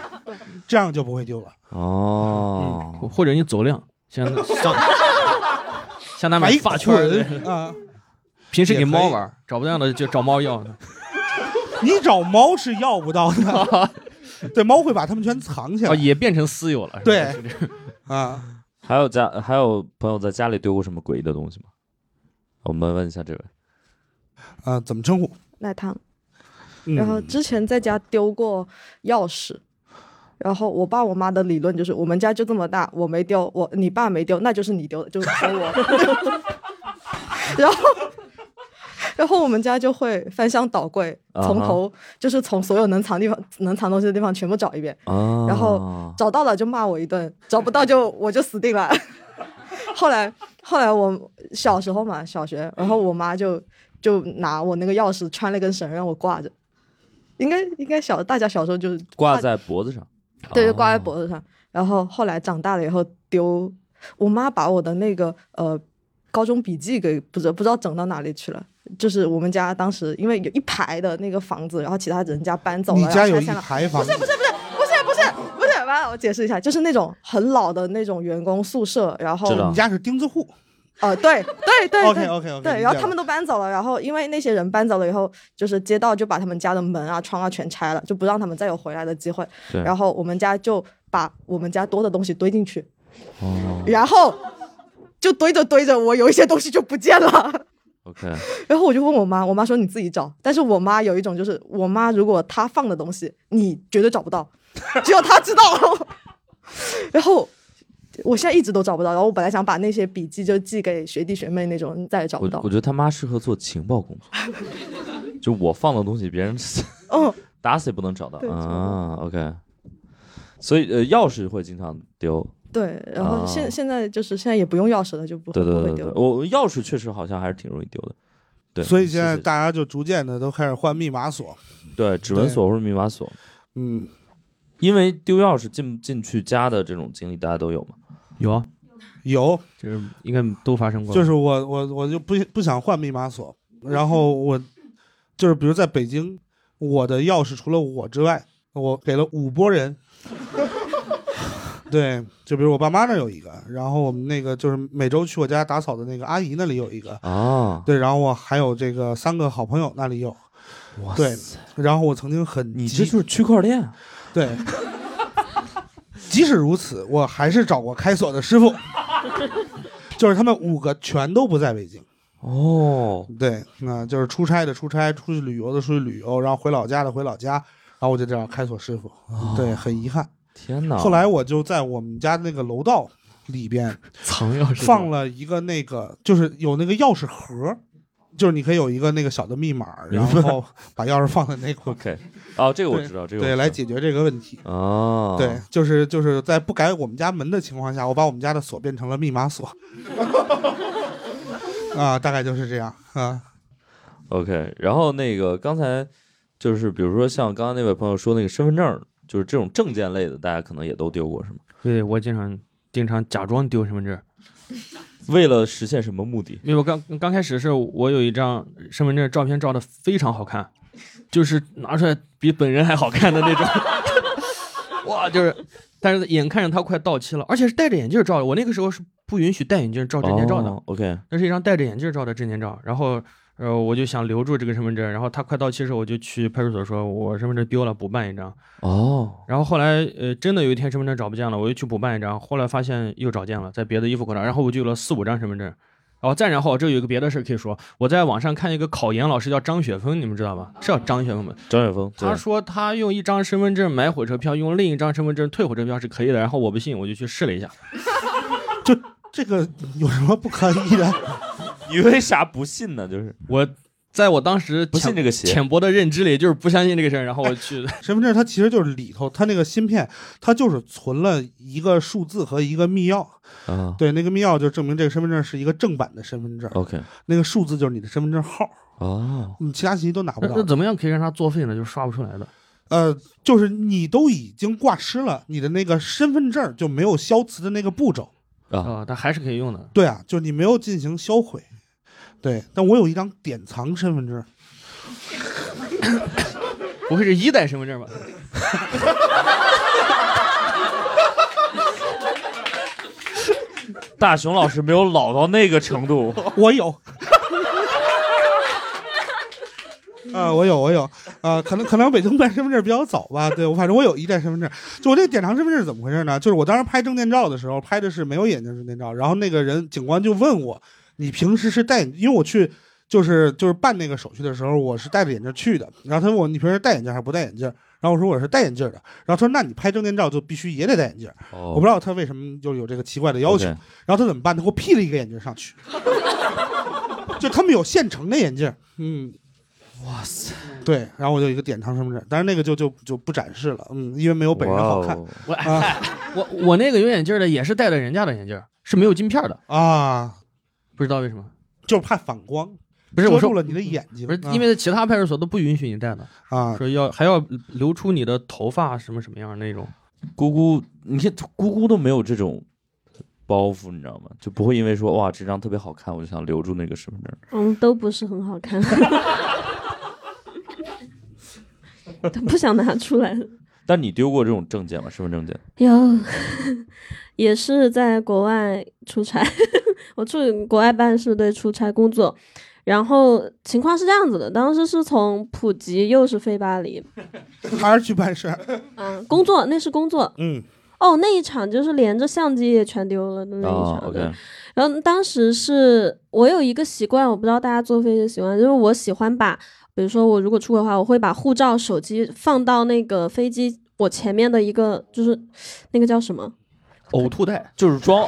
C: 这样就不会丢了。
A: 哦，
B: 嗯或者你走量，像 像像他
C: 买
B: 买
C: 一
B: 发圈儿，
C: 捆啊。
B: 平时给
C: 也可
B: 猫
C: 以
B: 玩儿，找不到的就找猫 要。啊
C: 你找猫是要不到的， 对，猫会把它们全藏起
B: 哦，
C: 来。
B: 也变成私有了。是吧
C: 对，啊，
A: 还有家还有朋友在家里丢过什么诡异的东西吗？我们问一下这位，
C: 啊、怎么称呼？
H: 赖汤。
C: 嗯
H: 然后之前在家丢过钥匙，然后我爸我妈的理论就是我们家就这么大，我没丢，我你爸没丢，那就是你丢的，就是 说我。 然后，然后我们家就会翻箱倒柜，
I: 啊哈
H: 从头、就是从所有能藏地方、能藏东西的地方全部找一遍，
A: 嗯
I: 哦
H: 然后找到了就骂我一顿，找不到就我就死定了。 后来后来我小时候嘛，小学，然后我妈就就拿我那个钥匙穿了根绳让我挂着，应该应该小大家小时候就是
A: 挂在脖子上。
H: 对，就
C: 哦
H: 挂在脖子上。然后后来长大了以后丢，我妈把我的那个呃高中笔记给不知道不知道整到哪里去了。就是我们家当时因为有一排的那个房子，然后其他人家搬走了，
C: 你
H: 然后
C: 家有
H: 拆
C: 一
H: 下来
C: 排房
H: 不是
C: 子
H: 不是不是不是不是不是，完了我解释一下，就是那种很老的那种员工宿舍，然后
C: 知道你家是钉子户。
H: 呃，对对对
C: OK，OK，OK，理
H: 对，
C: 解
H: 然后
C: 了
H: 他们都搬走了，然后因为那些人搬走了以后，就是街道就把他们家的门啊、窗啊全拆了，就不让他们再有回来的机会。
I: 对
H: 然后我们家就把我们家多的东西堆进去，
A: 哦
H: 然后就堆着堆着，我有一些东西就不见了。
A: ，OK，
H: 然后我就问我妈，我妈说你自己找。但是我妈有一种就是，我妈如果她放的东西，你绝对找不到，只有她知道。 然后我现在一直都找不到。然后我本来想把那些笔记就寄给学弟学妹那种，再也找不
A: 我
H: 到
A: 我。觉得他妈适合做情报工 作，就我放的东西，别人
H: 嗯，
A: 打死也不能找到
H: 对
A: 啊。OK，所以呃，钥匙会经常丢。
H: 对。然后现、
A: 啊
H: 现在就是现在也不用钥匙了，就不
A: 对对
H: 不
A: 对
H: 会
A: 对
H: 丢
A: 对，
H: 了。
A: 我钥匙确实好像还是挺容易丢的。对，
C: 所以现在大家就逐渐的都开始换密码锁。
A: 对指纹锁或者密码锁，
C: 嗯，
A: 因为丢钥匙进进去家的这种经历，大家都有嘛。
B: 有啊，
C: 有，
B: 这应该都发生过。
C: 就是我我我就不不想换密码锁，
A: 嗯
C: 然后我就是比如在北京，我的钥匙除了我之外，我给了五拨 人。对，就比如我爸妈那儿有一个，然后我们那个就是每周去我家打扫的那个阿姨那里有一个，
A: 啊，
C: 对，然后我还有这个三个好朋友那里有，对，然后我曾经很你
A: 这就是区块链，啊
C: 对。即使如此，我还是找过开锁的师傅，就是他们五个全都不在北京。
A: 哦，
C: 对，那就是出差的出差，出去旅游的出去旅游，然后回老家的回老家，然后我就这样开锁师傅。对，很遗憾。
A: 啊天哪！
C: 后来我就在我们家那个楼道里边
B: 藏钥匙
C: 放了一个那个，就是有那个钥匙盒，就是你可以有一个那个小的密码，然
A: 明白
C: 后把钥匙放在那块。
A: OK，哦，这个我
C: 对
A: 知道，这个我
C: 对
A: 知
C: 来
A: 道
C: 解决这个问题。
A: 哦，
C: 对，就是就是在不改我们家门的情况下，我把我们家的锁变成了密码锁。 啊，大概就是这样啊。
A: OK，然后那个刚才就是比如说像刚刚那位朋友说那个身份证，就是这种证件类的，大家可能也都丢过，是吗？
B: 对我经常经常假装丢身份证，
A: 为了实现什么目的？
B: 因为我刚刚开始是我有一张身份证照片照的非常好看，就是拿出来比本人还好看的那种， 哇，就是，但是眼看着它快到期了，而且是戴着眼镜照的，我那个时候是不允许戴眼镜照证件照的，
A: 哦 OK，
B: 那是一张戴着眼镜照的证件照，然后呃，我就想留住这个身份证，然后它快到期的时候，我就去派出所说我身份证丢了，补办一张。
A: 哦，
B: 然后后来呃，真的有一天身份证找不见了，我又去补办一张，后来发现又找见了，在别的衣服口袋，然后我就有了四五张身份证。然后再然后，这有一个别的事儿可以说，我在网上看一个考研老师叫张雪峰，你们知道
A: 啊
B: 吧？是叫张雪峰吗？
A: 张雪峰，
B: 他
A: 对
B: 说他用一张身份证买火车票，用另一张身份证退火车票是可以的。然后我不信，我就去试了一下。
C: 这个有什么不可以的？
A: 你为啥不信呢？就是
B: 我在我当时
A: 不信这个邪
B: 浅薄的认知里，就是不相信这个事儿。然后我 去，
C: 身份证它其实就是里头，它那个芯片，它就是存了一个数字和一个密钥。
A: 啊
C: 对，那个密钥就证明这个身份证是一个正版的身份证，
A: ，OK，
C: 那个数字就是你的身份证号，
A: 哦，
C: 你其他信息都拿不
B: 那那
C: 到。嗯
B: 怎么样可以让它作废呢？就是刷不出来的。
C: 呃，就是你都已经挂失了，你的那个身份证就没有消磁的那个步骤。
B: 啊，它还是可以用的。
C: 对啊，就你没有进行销毁。对，但我有一张典藏身份证，
B: 不会是一代身份证吧？
A: 大熊老师没有老到那个程度，
C: 我有。啊、我有，我有，啊、可能可能北京办身份证比较早吧，对我反正我有一代身份证。就我这典藏身份证是怎么回事呢？就是我当时拍证件照的时候，拍的是没有眼睛证件照，然后那个人警官就问我，你平时是戴，因为我去就是就是办那个手续的时候，我是戴着眼镜去的。然后他问我你平时戴眼镜还是不戴眼镜？然后我说我是戴眼镜的。然后他说那你拍证件照就必须也得戴眼镜。
A: 哦
C: 我不知道他为什么就有这个奇怪的要求。
A: OK
C: 然后他怎么办？他给我 P 了一个眼镜上去， 就他们有现成的眼镜。嗯，
A: 哇塞，
C: 对。然后我就有一个典藏身份证，但是那个就就就不展示了，嗯，因为没有本人好看。啊
A: 哇哦
B: 我、我我那个有眼镜的也是戴了人家的眼镜，是没有镜片的
C: 啊，
B: 不知道为什么，
C: 就是怕反光，
B: 不是我
C: 遮
B: 说
C: 住了你的眼睛，
B: 不是
C: 啊
B: 因为其他派出所都不允许你戴的，
C: 啊，
B: 说要还要留出你的头发什么什么样那种。
A: 姑姑，你看姑姑都没有这种包袱，你知道吗？就不会因为说哇这张特别好看，我就想留住那个身份证。
D: 嗯，都不是很好看，都不想拿出来了。
A: 但你丢过这种证件吗？身份证件？
D: 有， 也是在国外出差， 我去国外办事队出差工作，然后情况是这样子的，当时是从普吉又是飞巴黎，
C: 还是去办事儿。
D: 嗯，工作那是工作，
C: 嗯，
D: 哦，那一场就是连着相机也全丢了的那一
A: 啊
D: 场
A: ，OK，
D: 然后当时是我有一个习惯，我不知道大家坐飞机的习惯，就是我喜欢把，比如说我如果出国的话，我会把护照、手机放到那个飞机我前面的一个，就是那个叫什么？
B: 呕吐袋，
A: 就 是装，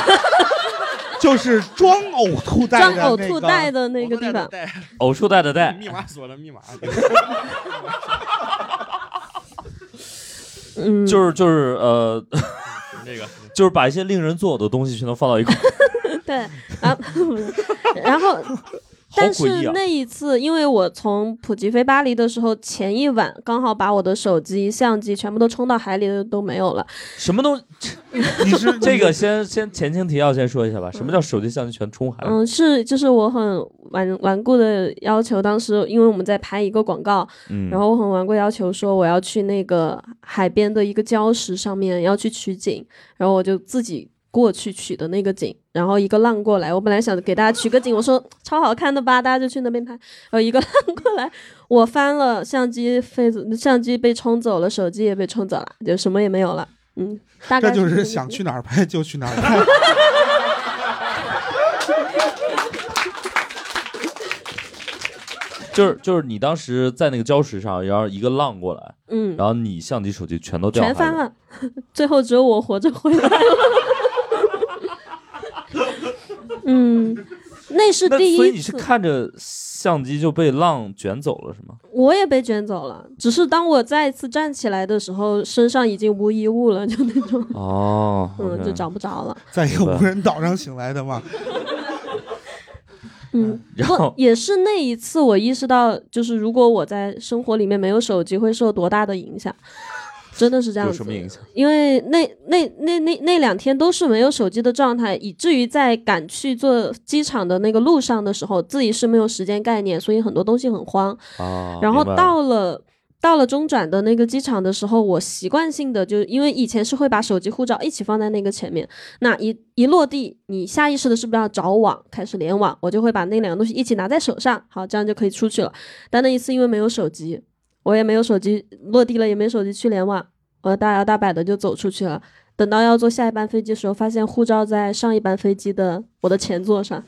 C: 就是装呕吐袋
D: 装
C: 的、那
D: 呕
C: 个
D: 吐袋的那个地 方，
A: 偶数带的带。
B: 密码锁的 密码。
D: 嗯，
A: 就是就是 呃，
B: 那个
A: 就是把一些令人作呕的东西全都放到一块儿，
D: 对，然后然后，
A: 好
D: 但
A: 诡异
D: 是
A: 啊！
D: 那一次，因为我从普吉飞巴黎的时候，前一晚刚好把我的手机、相机全部都冲到海里都没有了。
A: 什么东西？
C: 你是
A: 这个先先前情提要先说一下吧。什么叫手机相机全冲海？
D: 嗯，是就是我很顽顽固的要求，当时因为我们在拍一个广告，
A: 嗯，
D: 然后我很顽固要求说我要去那个海边的一个礁石上面要去取景，然后我就自己过去取的那个景，然后一个浪过来，我本来想给大家取个景，我说超好看的吧，大家就去那边拍，然后一个 浪过来，我翻了相机飞走，相机被冲走了，手机也被冲走了，就什么也没有了。嗯，大概
C: 这就
D: 这
C: 是
D: 个
C: 想
D: 意思
C: 去哪儿拍就去哪儿拍。
D: 嗯
A: 就是就是你当时在那个礁石上，然后一个浪过来，
D: 嗯，
A: 然后你相机、手机全都掉海
D: 全
A: 里
D: 翻。了，最后只有我活着回来了。嗯，那是
A: 那
D: 第
A: 所以
D: 一
A: 你是
D: 次，
A: 看着相机就被浪卷走了是 吗？
D: 我也被卷走了。只是当我再次站起来的时候，身上已经无一物了，就那种，
A: 哦，
D: 嗯，就
A: OK
D: 找不着了。
C: 在一个无人岛上醒来的嘛，
D: 嗯，
A: 然
D: 不
A: 后
D: 也是那一次，我意识到，就是如果我在生活里面没有手机，会受多大的影响。真的是这样
A: 有
D: 子
A: 什么影响？
D: 因为那那那那那两天都是没有手机的状态，以至于在赶去坐机场的那个路上的时候，自己是没有时间概念，所以很多东西很慌。
A: 啊，
D: 然后
A: 明白了
D: 到了到了中转的那个机场的时候，我习惯性的就因为以前是会把手机、护照一起放在那个前面，那一一落地，你下意识的是不是要找网，开始联网？我就会把那两个东西一起拿在手上，好，这样就可以出去了。但那一次因为没有手机，我也没有手机，落地了也没手机去联网，我大摇大摆的就走出去了。等到要坐下一班飞机的时候，发现护照在上一班飞机的我的前座上，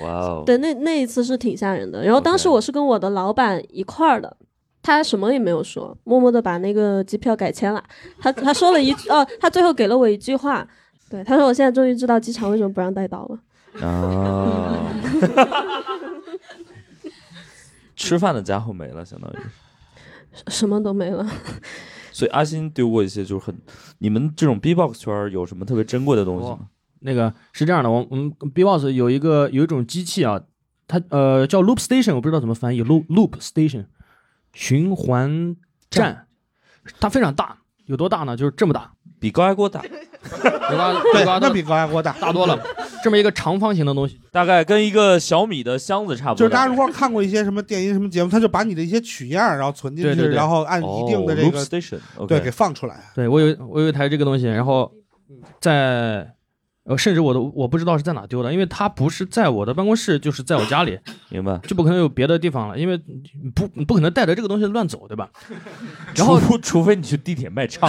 A: 哇哦，
D: 对，那那一次是挺吓人的。然后当时
A: OK
D: 我是跟我的老板一块儿的，他什么也没有说，默默的把那个机票改签了。他他说了一句，哦，他最后给了我一句话，对，他说我现在终于知道机场为什么不让带刀了。
A: 啊， 吃饭的家伙没了，相当于。
D: 什么都没了，
A: 所以阿星丢过一些，就是很你们这种 B-box 圈儿有什么特别珍贵的东
B: 哦
A: 西吗？
B: 那个是这样的，我我们 B-box 有一个有一种机器啊，它呃叫 Loop Station，我不知道怎么翻译 Loop Loop Station，循环站，它非常大，有多大呢？就是这么大，
A: 比高压锅大，
B: 比瓜
C: 对，
B: 比瓜
C: 那
B: 都
C: 比高压锅大
B: 大多了。 这么一个长方形的东西，
A: 大概跟一个小米的箱子差不
C: 就
A: 多
C: 是大
A: 大。
C: 家如果看过一些什么电音什么节目，他就把你的一些取样，然后存进去，
B: 对对对
C: 然后按一定的这个、
A: 哦、Loop Station，、o
C: 对
A: k
C: 给放出来。
B: 对我有我有一台这个东西，然后在呃甚至我都我不知道是在哪丢的，因为它不是在我的办公室，就是在我家里。
A: 明白。
B: 就不可能有别的地方了，因为你不你不可能带着这个东西乱走，对吧？然后
A: 除除非你去地铁卖唱，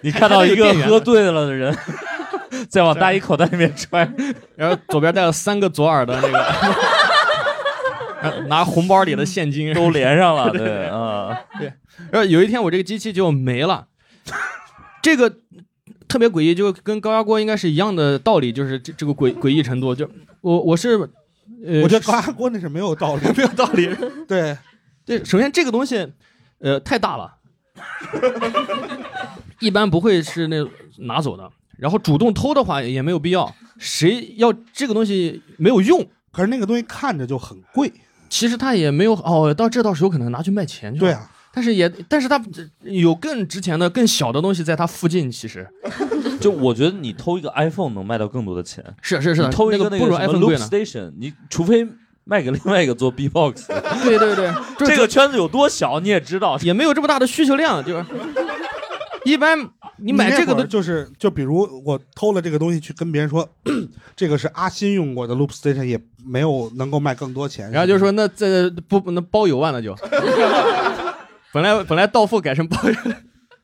A: 你看到一个
B: 还是有电源
A: 喝醉了的人，再往大衣口袋里面揣，
B: 然后左边带了三个左耳的那 个，然后拿红包里的现金
A: 都连上了， 对啊，
B: 对，然后有一天我这个机器就没了，这个特别诡异，就跟高压锅应该是一样的道理，就是这这个诡诡异程度。就我我是，呃，
C: 我觉得高压锅那是没有道理，
B: 没有道 理。
C: 对，
B: 对，首先这个东西，呃，太大了，一般不会是那拿走的。然后主动偷的话也没有必要，谁要这个东西没有用，
C: 可是那个东西看着就很贵，
B: 其实它也没有哦，到这到时候可能拿去卖钱去了。
C: 对啊，
B: 但是也，但是它有更值钱的、更小的东西在它附近，其实
A: 就我觉得你偷一个 iPhone 能卖到更多的钱，
B: 是是是的，
A: 你偷一
B: 那
A: 个
B: 个不
A: 那个
B: 如
A: 什么
B: iPhone 贵
A: Loop
B: 呢。
A: Station，你除非卖给另外一个做 B-box，
B: 对对对，就
A: 这
B: 是
A: 个圈子有多小你也知道，
B: 也没有这么大的需求量，就是一般你买
C: 那
B: 这个
C: 会儿
B: 的，
C: 就是就比如我偷了这个东西去跟别人说， 这个是阿新用过的 Loop Station，也没有能够卖更多钱。
B: 然后就说那这不那包邮万了就，本来本来到付改成包邮，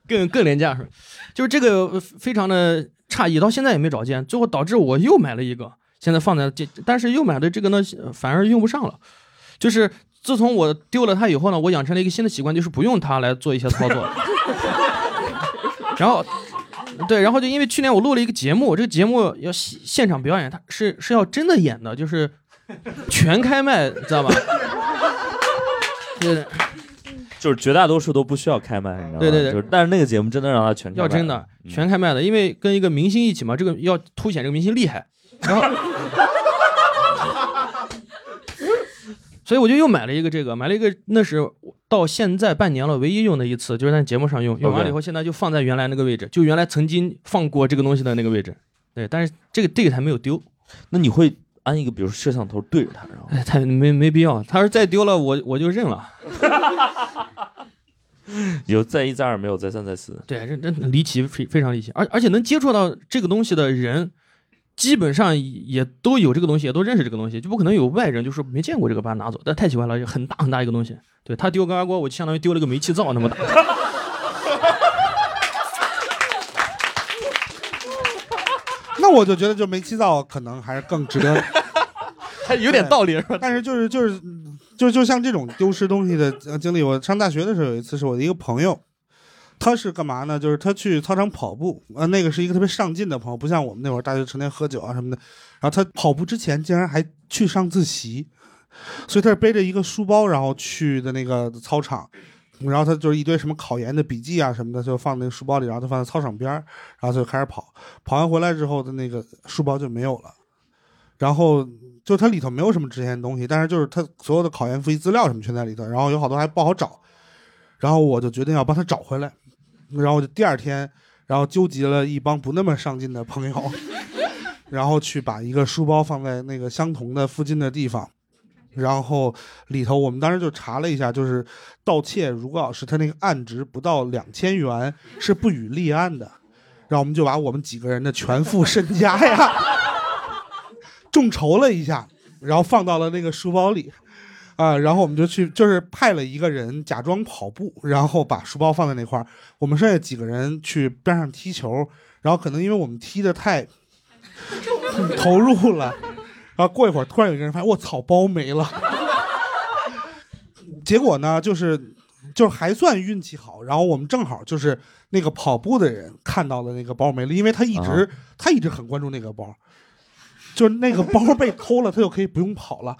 B: 更更廉价，是吧就是这个呃非常的诧异，到现在也没找见，最后导致我又买了一个，现在放在这，但是又买的这个呢反而用不上了，就是。自从我丢了它以后呢，我养成了一个新的习惯，就是不用它来做一些操作。 然后，对，然后就因为去年我录了一个节目，这个节目要现现场表演，它是是要真的演的，就是全开麦，知道吧？ 对对，
A: 就是绝大多数都不需要开麦，你知道吗？
B: 对对对
A: 就是但是那个节目真的让他全开麦嗯
B: 要真的全开麦的，因为跟一个明星一起嘛，这个要凸显这个明星厉害，然后，所以我就又买了一个这个，买了一个，那是我到现在半年了唯一用的一次，就是在节目上用，用完了以后现在就放在原来那个位置，就原来曾经放过这个东西的那个位置。对，但是这个这个还没有丢，
A: 那你会安一个，比如摄像头对着他，然后
B: 哎，他没没必要，他要是再丢了我我就认了。
A: 有再一再二，没有再三再四，
B: 对，这这离奇，非非常离奇，而而且能接触到这个东西的人，基本上也都有这个东西，也都认识这个东西，就不可能有外人就是没见过这个把它拿走，但太奇怪了，很大很大一个东西。对他丢高压锅，我就相当于丢了个煤气灶那么大。
C: 那我就觉得就煤气灶可能还是更值得，
B: 还有点道理是吧？
C: 但是就是就是就就像这种丢失东西的呃经历，我上大学的时候有一次是我的一个朋友。他是干嘛呢？就是他去操场跑步，呃，那个是一个特别上进的朋友，不像我们那会儿大学成天喝酒啊什么的。然后他跑步之前竟然还去上自习，所以他是背着一个书包，然后去的那个操场。然后他就是一堆什么考研的笔记啊什么的，就放那个书包里，然后就放在操场边儿，然后就开始跑。跑完回来之后的那个书包就没有了，然后就它里头没有什么值钱的东西，但是就是他所有的考研复习资料什么全在里头，然后有好多还不好找，然后我就决定要帮他找回来，然后我就第二天，然后纠集了一帮不那么上进的朋友， 然后去把一个书包放在那个相同的附近的地方。然后里头，我们当时就查了一下，就是盗窃，如果要是他那个案值不到两千元，是不予立案的。然后我们就把我们几个人的全副身家呀， 众筹了一下，然后放到了那个书包里，啊、然后我们就去，就是派了一个人假装跑步，然后把书包放在那块儿，我们剩下几个人去边上踢球，然后可能因为我们踢的太投入了，然后过一会儿突然有一个人发现，我操，包没了，结果呢，就是。就是还算运气好，然后我们正好就是那个跑步的人看到了那个包没了，因为他一直、他一直很关注那个包，就是那个包被偷了，他就可以不用跑了。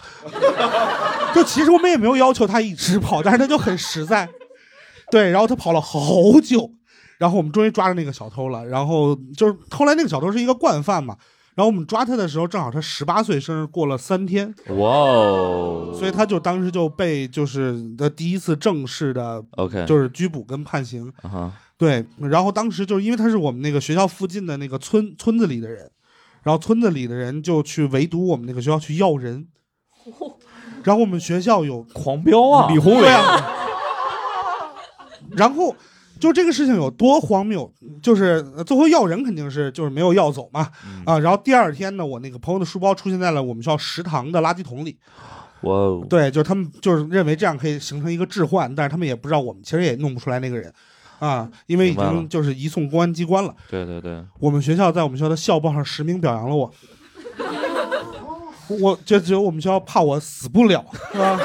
C: 就其实我们也没有要求他一直跑，但是他就很实在。对，然后他跑了好久，然后我们终于抓着那个小偷了。然后就是后来那个小偷是一个惯犯嘛，然后我们抓他的时候正好他十八岁生日过了三天，
A: 哇哦，
C: 所以他就当时就被就是的第一次正式的
A: OK
C: 就是拘捕跟判刑。
A: 啊哈
C: 对，然后当时就是因为他是我们那个学校附近的那个村村子里的人，然后村子里的人就去围堵我们那个学校去要人，然后我们学校 有
A: 狂飙啊，
C: 宏伟啊，然后就这个事情有多荒谬，就是呃最后要人肯定是就是没有要走嘛，啊，然后第二天呢，我那个朋友的书包出现在了我们学校食堂的垃圾桶里，
A: 哇哦，
C: 对，就是他们就是认为这样可以形成一个置换，但是他们也不知道我们其实也弄不出来那个人。啊，因为已
A: 明白了
C: 经就是移送公安机关了。
A: 对对对，
C: 我们学校在我们学校的校报上实名表扬了我，我就只有我们学校怕我死不了，是吧？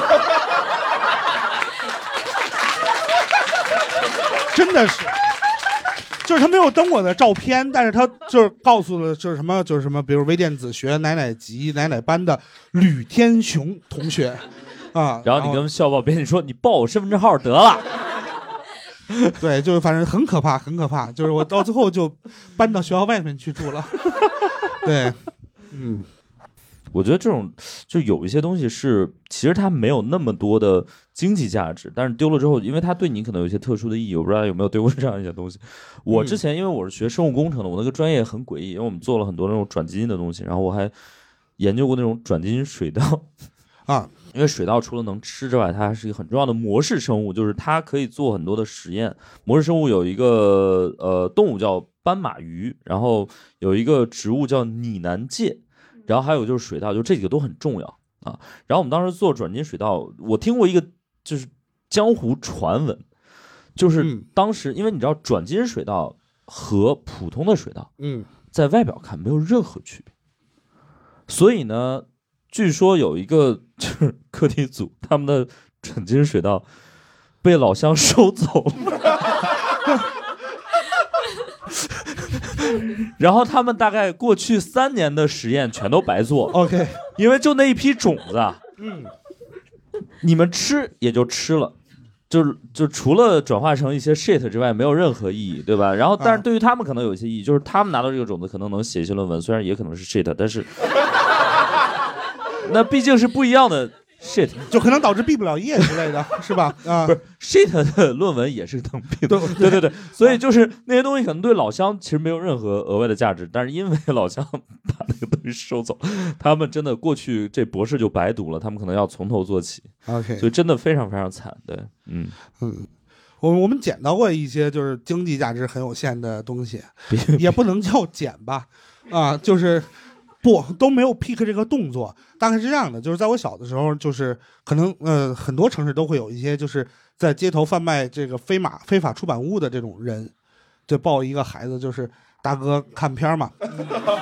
C: 真的是，就是他没有登我的照片，但是他就是告诉了就是什么就是什么，比如微电子学奶奶级奶奶班的吕天雄同学啊，
A: 然后你跟校报编辑说你报我身份证号得了，
C: 对，就是反正很可怕，很可怕。就是我到最后就搬到学校外面去住了。对，嗯，
A: 我觉得这种就有一些东西是，其实它没有那么多的经济价值，但是丢了之后，因为它对你可能有一些特殊的意义。我不知道有没有丢过这样一些东西。我之前因为我是学生物工程的，我那个专业很诡异，因为我们做了很多那种转基因的东西，然后我还研究过那种转基因水稻
C: 啊，
A: 因为水稻除了能吃之外，它还是一个很重要的模式生物，就是它可以做很多的实验。模式生物有一个呃动物叫斑马鱼，然后有一个植物叫拟南芥，然后还有就是水稻，就这几个都很重要啊。然后我们当时做转基因水稻，我听过一个就是江湖传闻，就是
C: 嗯
A: 当时因为你知道转基因水稻和普通的水稻，
C: 嗯，
A: 在外表看没有任何区别，所以呢，据说有一个 就是课题组他们的 转基因水稻被老乡收走了。然后他们大概过去三年的实验全都白做了
C: OK，
A: 因为就那一批种子，啊，
C: 嗯，
A: 你们吃也就吃了，就是就除了转化成一些 shit 之外，没有任何意义，对吧？
C: 嗯
A: 然后，但是对于他们可能有一些意义，就是他们拿到这个种子，可能能写一些论文，虽然也可能是 shit，但是那毕竟是不一样的 shit，
C: 就可能导致毕不了业之类的，是吧？啊，
A: 不是 shit 的论文也是能毕，对 对对对，所以就是那些东西可能对老乡其实没有任何额外的价值，但是因为老乡把那个东西收走，他们真的过去这博士就白读了，他们可能要从头做起，
C: OK，
A: 所以真的非常非常惨，对，嗯。
C: 嗯，我我们捡到过一些就是经济价值很有限的东西，也不能叫捡吧，啊，就是不都没有 pick 这个动作，大概是这样的，就是在我小的时候，就是可能呃很多城市都会有一些就是在街头贩卖这个非马非法出版物的这种人，就抱一个孩子就是。大哥看片儿嘛，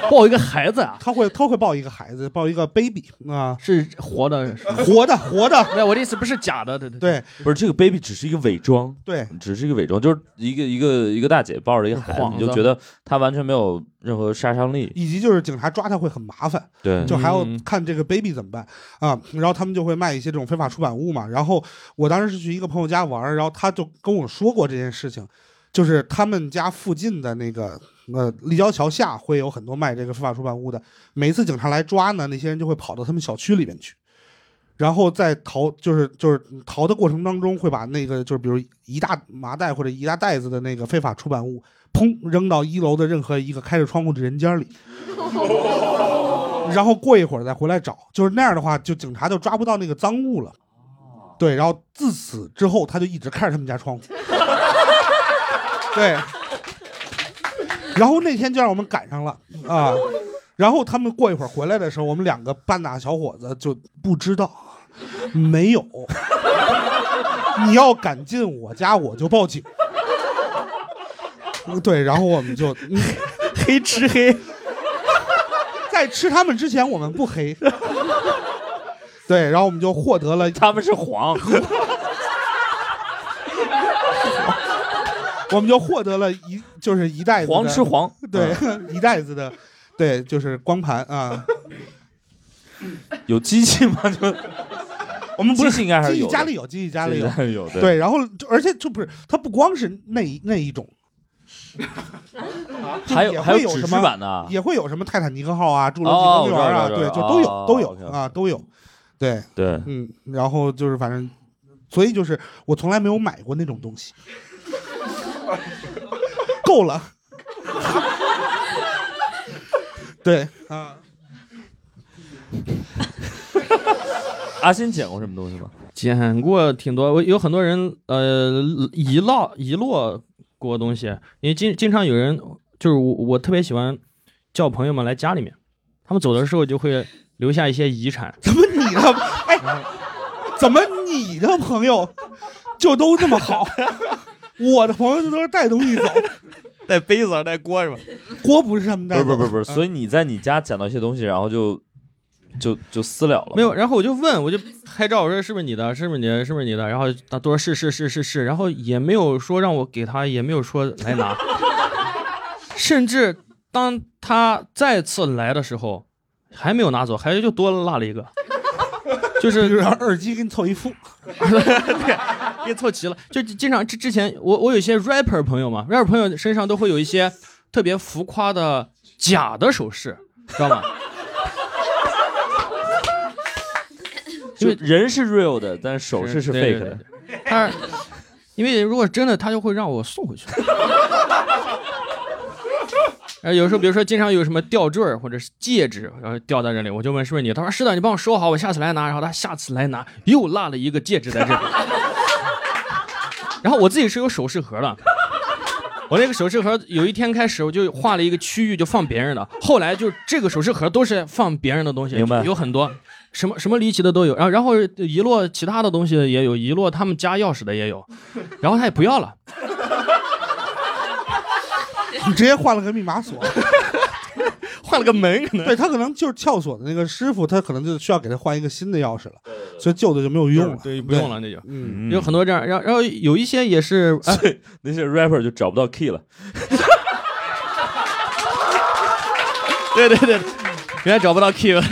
B: 抱一个孩子啊，
C: 他会他会抱一个孩子，抱一个 baby 啊，
B: 是活的，
C: 活的活 的，
B: 没有我的意思不是假的，对对
C: 对
A: 不是这个 baby 只是一个伪装，
C: 对，
A: 只是一个伪装，就是一个一个一个大姐抱着一个孩子，
B: 幌
A: 你
B: 子
A: 就觉得她完全没有任何杀伤力。
C: 以及就是警察抓他会很麻烦，
A: 对，
C: 就还要
B: 嗯
C: 看这个 baby 怎么办啊。然后他们就会卖一些这种非法出版物嘛。然后我当时是去一个朋友家玩儿，然后他就跟我说过这件事情，就是他们家附近的那个呃立交桥下会有很多卖这个非法出版物的。每一次警察来抓呢，那些人就会跑到他们小区里面去。然后在逃，就是就是逃的过程当中，会把那个就是比如一大麻袋或者一大袋子的那个非法出版物，砰扔到一楼的任何一个开着窗户的人间里，然后过一会儿再回来找，就是那样的话，就警察就抓不到那个赃物了。对，然后自此之后，他就一直看着他们家窗户。对，然后那天就让我们赶上了啊。然后他们过一会儿回来的时候，我们两个半大小伙子就不知道，没有。你要敢进我家，我就报警。对，然后我们就、嗯
B: 黑吃黑，
C: 在吃他们之前，我们不黑。对，然后我们就获得了
A: 他们是黄，
C: 我们就获得了一就是一袋子的
A: 黄吃黄。
C: 对
A: 嗯，
C: 一袋子的，对，就是光盘啊。
A: 有机器吗？就
C: 我们不
A: 机
C: 是
A: 器应该还是
C: 机器
A: 有的
C: 家里有，机器家里有，
A: 有对
C: 对。然后就而且就不是，它不光是那一那一种，就
A: 还
C: 也
A: 有还
C: 会
A: 有
C: 有
A: 纸
C: 什
A: 质
C: 么
A: 版的，啊
C: 也会有什么泰坦尼克号啊、侏
A: 哦
C: 罗纪公园啊，
A: 我知道
C: 对，
A: 我知
C: 就
A: 道
C: 都
A: 哦
C: 有都有
A: OK，OK
C: 啊，都有。对，
A: 对，
C: 嗯，然后就是反正，所以就是我从来没有买过那种东西，够了。对啊，
A: 阿新捡过什么东西吗？
B: 捡过挺多，我有很多人呃遗落遗落过东西，因为经经常有人就是我我特别喜欢叫朋友们来家里面，他们走的时候就会留下一些遗产，
C: 怎么你的哎，怎么你的朋友就都这么好？我的朋友就都是带东西走，
B: 带杯子带锅是吧？
C: 锅嗯不是他们
A: 不
C: 带
A: 是
C: 走
A: 不
C: 的，
A: 是不是不是，所
C: 以
A: 以你在你家捡到一些东西，然后就就就私了了。
B: 没有，然后我就问，我就拍照，我说是不是你的？是不是你的？是不是你的？然后他都说是是是是是，然后也没有说让我给他，也没有说来拿，甚至当他再次来的时候，还没有拿走，还就多落了一个，
C: 啊
B: 就是
C: 就是耳机给你凑一副，
B: 别凑齐了。就经常之之前，我我有一些 rapper 朋友嘛，rapper 朋友身上都会有一些特别浮夸的假的首饰，知道吗？
A: 就人是 real 的，但手势是
B: 对对
A: fake 的。
B: 但是因为如果真的，他就会让我送回去。呃，有时候比如说经常有什么吊坠儿或者是戒指，然后掉在这里，我就问是不是你？他说是的，你帮我收好，我下次来拿。然后他下次来拿，又落了一个戒指在这里。 然后我自己是有首饰盒的，我那个首饰盒有一天开始我就画了一个区域就放别人的，后来就这个首饰盒都是放别人的东西，
A: 明白
B: 有很多。什么什么离奇的都有，然后然后遗落其他的东西也有，遗落他们家钥匙的也有，然后他也不要了，
C: 你直接换了个密码锁。
B: 换了个门可能。
C: 对他可能就是撬锁的那个师傅，他可能就需要给他换一个新的钥匙了，所以旧的就没有用了。
B: 对，不用了，那就
C: 嗯，
A: 嗯
B: 有很多这样，然后然后有一些也是，哎，
A: 那些 rapper 就找不到 key 了。
B: 对对对，原来找不到 key 了，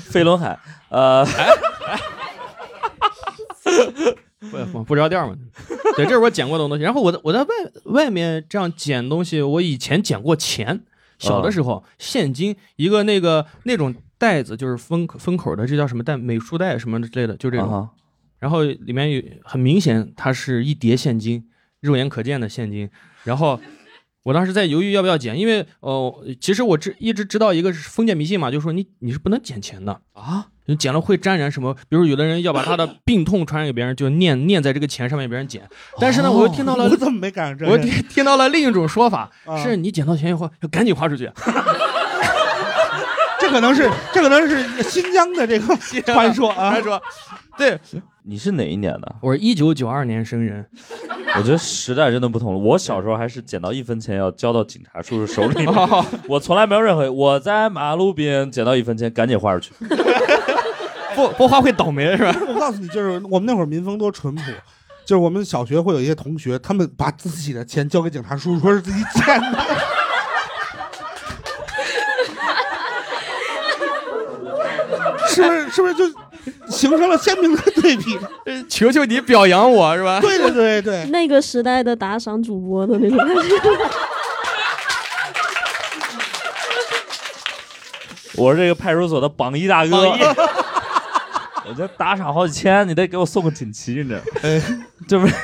A: 飞轮海，呃，
B: 哎不哎不着调嘛。对，这是我捡过的东西。然后我在我在外外面这样捡东西，我以前捡过钱，小
A: 哦
B: 的时候现金一个那个那种袋子，就是封封口的，这叫什么袋？美术袋什么之类的，就这种。
A: 啊
B: 然后里面有很明显，它是一叠现金，肉眼可见的现金。然后我当时在犹豫要不要捡，因为呃，其实我知一直知道一个是封建迷信嘛，就是说你你是不能捡钱的，
A: 啊，
B: 你捡了会沾染什么，比如有的人要把他的病痛传染给别人，就念念在这个钱上面，别人捡。但是呢，我又听到了。
C: 哦我怎么没赶上这？
B: 我又听听到了另一种说法，
C: 啊
B: 是你捡到钱以后要赶紧花出去。
C: 这可能是这可能是新疆的这个传说啊，传说
B: 对，
A: 你是哪一年的？
B: 我是一九九二年生人，
A: 我觉得时代真的不同了。我小时候还是捡到一分钱要交到警察叔叔手里的，
B: 哦
A: 我从来没有任何我在马路边捡到一分钱，赶紧花出去。
B: 不不花会倒霉是吧？
C: 我告诉你，就是我们那会儿民风多淳朴。就是我们小学会有一些同学，他们把自己的钱交给警察叔叔，说是自己捡的。是不是？是不是就形成了鲜明的对比？
B: 求求你表扬我是吧？
C: 对对对对，
D: 那个时代的打赏主播的那种感觉。
A: 我是这个派出所的榜一大哥
B: 榜一，
A: 我这打赏好几千，你得给我送个锦旗，你这， 这不是，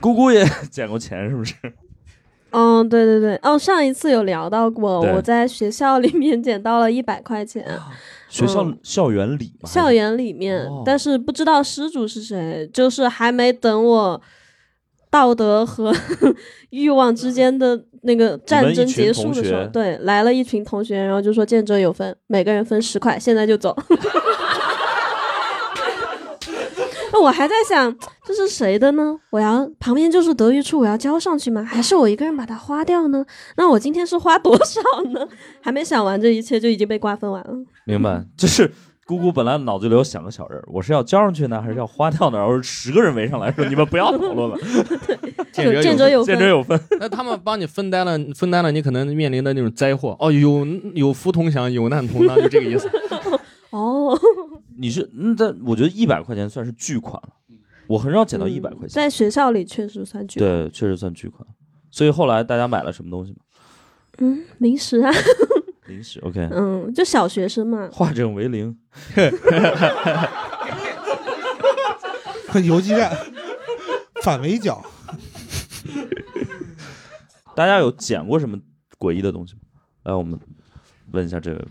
A: 姑姑也捡过钱是不是？
D: 嗯，对对对，哦，上一次有聊到过，
A: 对
D: 我在学校里面捡到了一百块钱，
C: 啊
A: 学校、
D: 嗯
A: 校园里嘛，
D: 校园里面，
A: 哦
D: 但是不知道失主是谁，就是还没等我道德和 欲望之间的那个战争结束的时候
A: 你们一群同学，
D: 对，来了一群同学，然后就说见者有份，每个人分十块，现在就走。 那我还在想，这是谁的呢？我要旁边就是德育处，我要交上去吗？还是我一个人把它花掉呢？那我今天是花多少呢？ 还没想完，这一切就已经被瓜分完了。
A: 明白？ 就是姑姑本来脑子里有想个小人儿，我是要交上去呢，还是要花掉呢？然后十个人围上来说：“你们不要讨论了，
B: 见者
D: 见者有份
A: 见者有份。
B: 那他们帮你分担了，分担了你可能面临的那种灾祸哦，有有福同享，有难同当，就这个意思。
D: 哦，”
A: 你是，嗯但我觉得一百块钱算是巨款了，我很少捡到一百块钱，
D: 在学校里确实嗯算巨款。
A: 对，确实算巨款。所以后来大家买了什么东西吗？
D: 嗯，零食啊，
A: 零食，OK，
D: 嗯，就小学生嘛。
A: 化整为零。
C: 游击战反围剿。
A: 大家有捡过什么诡异的东西吗？来，我们问一下这位。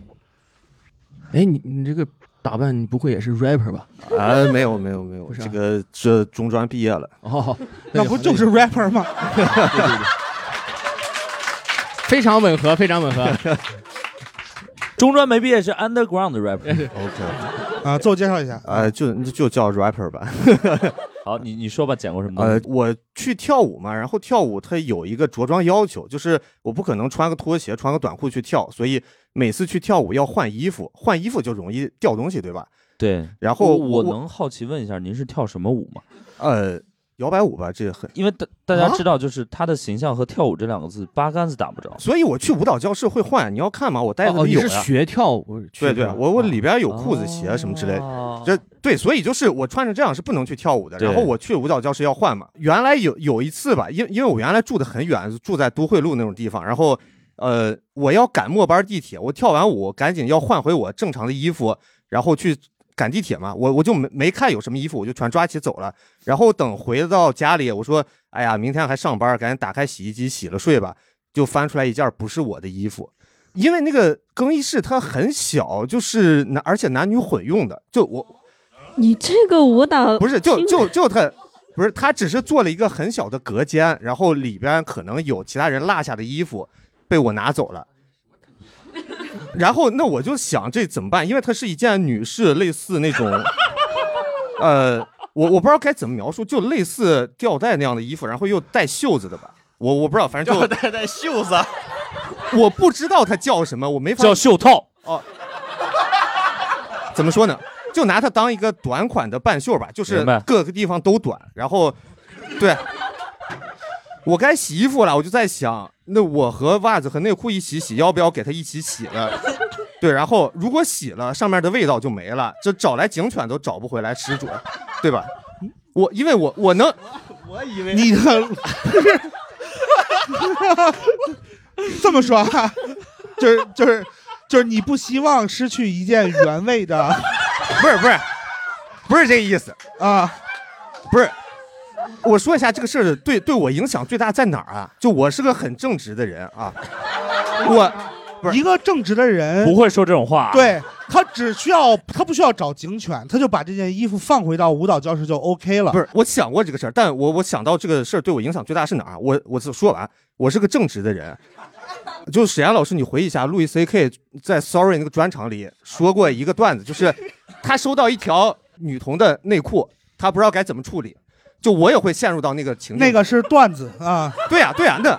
B: 哎，你你这个打扮，你不会也是 rapper 吧？
I: 啊，没有没有没有
B: 不，是啊
I: 这个这中专毕业了，
B: 哦，
C: 那不就是 rapper 吗？
B: 非常吻合，非常吻合。
A: 中专没毕业是 underground rapper，
I: OK，呃
C: 啊，自我介绍一下，
I: 啊，就就叫 rapper 吧，
A: 好，你你说吧，捡过什么东
I: 呃
A: 西？，
I: 我去跳舞嘛，然后跳舞它有一个着装要求，就是我不可能穿个拖鞋、穿个短裤去跳，所以每次去跳舞要换衣服，换衣服就容易掉东西，对吧？
A: 对，
I: 然后
A: 我
I: 我
A: 能好奇问一下，您是跳什么舞吗？
I: 呃，摇摆舞吧，这很，
A: 因为大大家
I: 啊
A: 知道，就是他的形象和跳舞这两个字八竿子打不着。
I: 所以我去舞蹈教室会换，你要看嘛，我带
G: 哦，
I: 的
G: 你
I: 有
G: 是
I: 呀。
G: 学跳舞啊哦去
I: 对
G: 的？
I: 对，我我里边有裤子、鞋什么之类的。
C: 哦
I: 这对，所以就是我穿成这样是不能去跳舞的。
A: 对
I: 然后我去舞蹈教室要换嘛。原来有有一次吧，因因为我原来住的很远，住在都会路那种地方，然后呃，我要赶末班地铁，我跳完舞赶紧要换回我正常的衣服，然后去赶地铁嘛。我我就没没看有什么衣服，我就全抓起走了。然后等回到家里，我说哎呀，明天还上班，赶紧打开洗衣机洗了睡吧，就翻出来一件不是我的衣服。因为那个更衣室它很小，就是男而且男女混用的，就我
D: 你这个舞蹈
I: 不是，就
D: 听着
I: 就就他，不是他只是做了一个很小的隔间，然后里边可能有其他人落下的衣服被我拿走了。然后那我就想这怎么办？因为它是一件女士类似那种，呃，我我不知道该怎么描述，就类似吊带那样的衣服，然后又带袖子的吧。我我不知道，反正就
G: 带带袖子，
I: 我不知道它叫什么，我没法
A: 叫袖套，
I: 哦怎么说呢？就拿它当一个短款的半袖吧，就是
A: 明白
I: 各个地方都短。然后，对，我该洗衣服了，我就在想，那我和袜子和内裤一起洗，要不要给它一起洗了？对，然后如果洗了，上面的味道就没了，这找来警犬都找不回来失主，对吧？我因为我我能，
C: 你 的 这么说啊，就是就是就是你不希望失去一件原味的
I: 不是不是不是这个意思，
C: 啊，
I: 不是，我说一下这个事儿对对我影响最大在哪儿啊？就我是个很正直的人啊，我不是
C: 一个正直的人
A: 不，会说这种话。，
C: 对他只需要他不需要找警犬，他就把这件衣服放回到舞蹈教室就 OK 了。
I: 不是，我想过这个事儿，但我我想到这个事儿对我影响最大是哪儿啊？我我就说完，我是个正直的人。就史岩老师，你回忆一下，路易 C K 在 Sorry 那个专场里说过一个段子，就是他收到一条女童的内裤，他不知道该怎么处理。就我也会陷入到那个情境
C: 那个是段子啊，
I: 对呀、对呀、那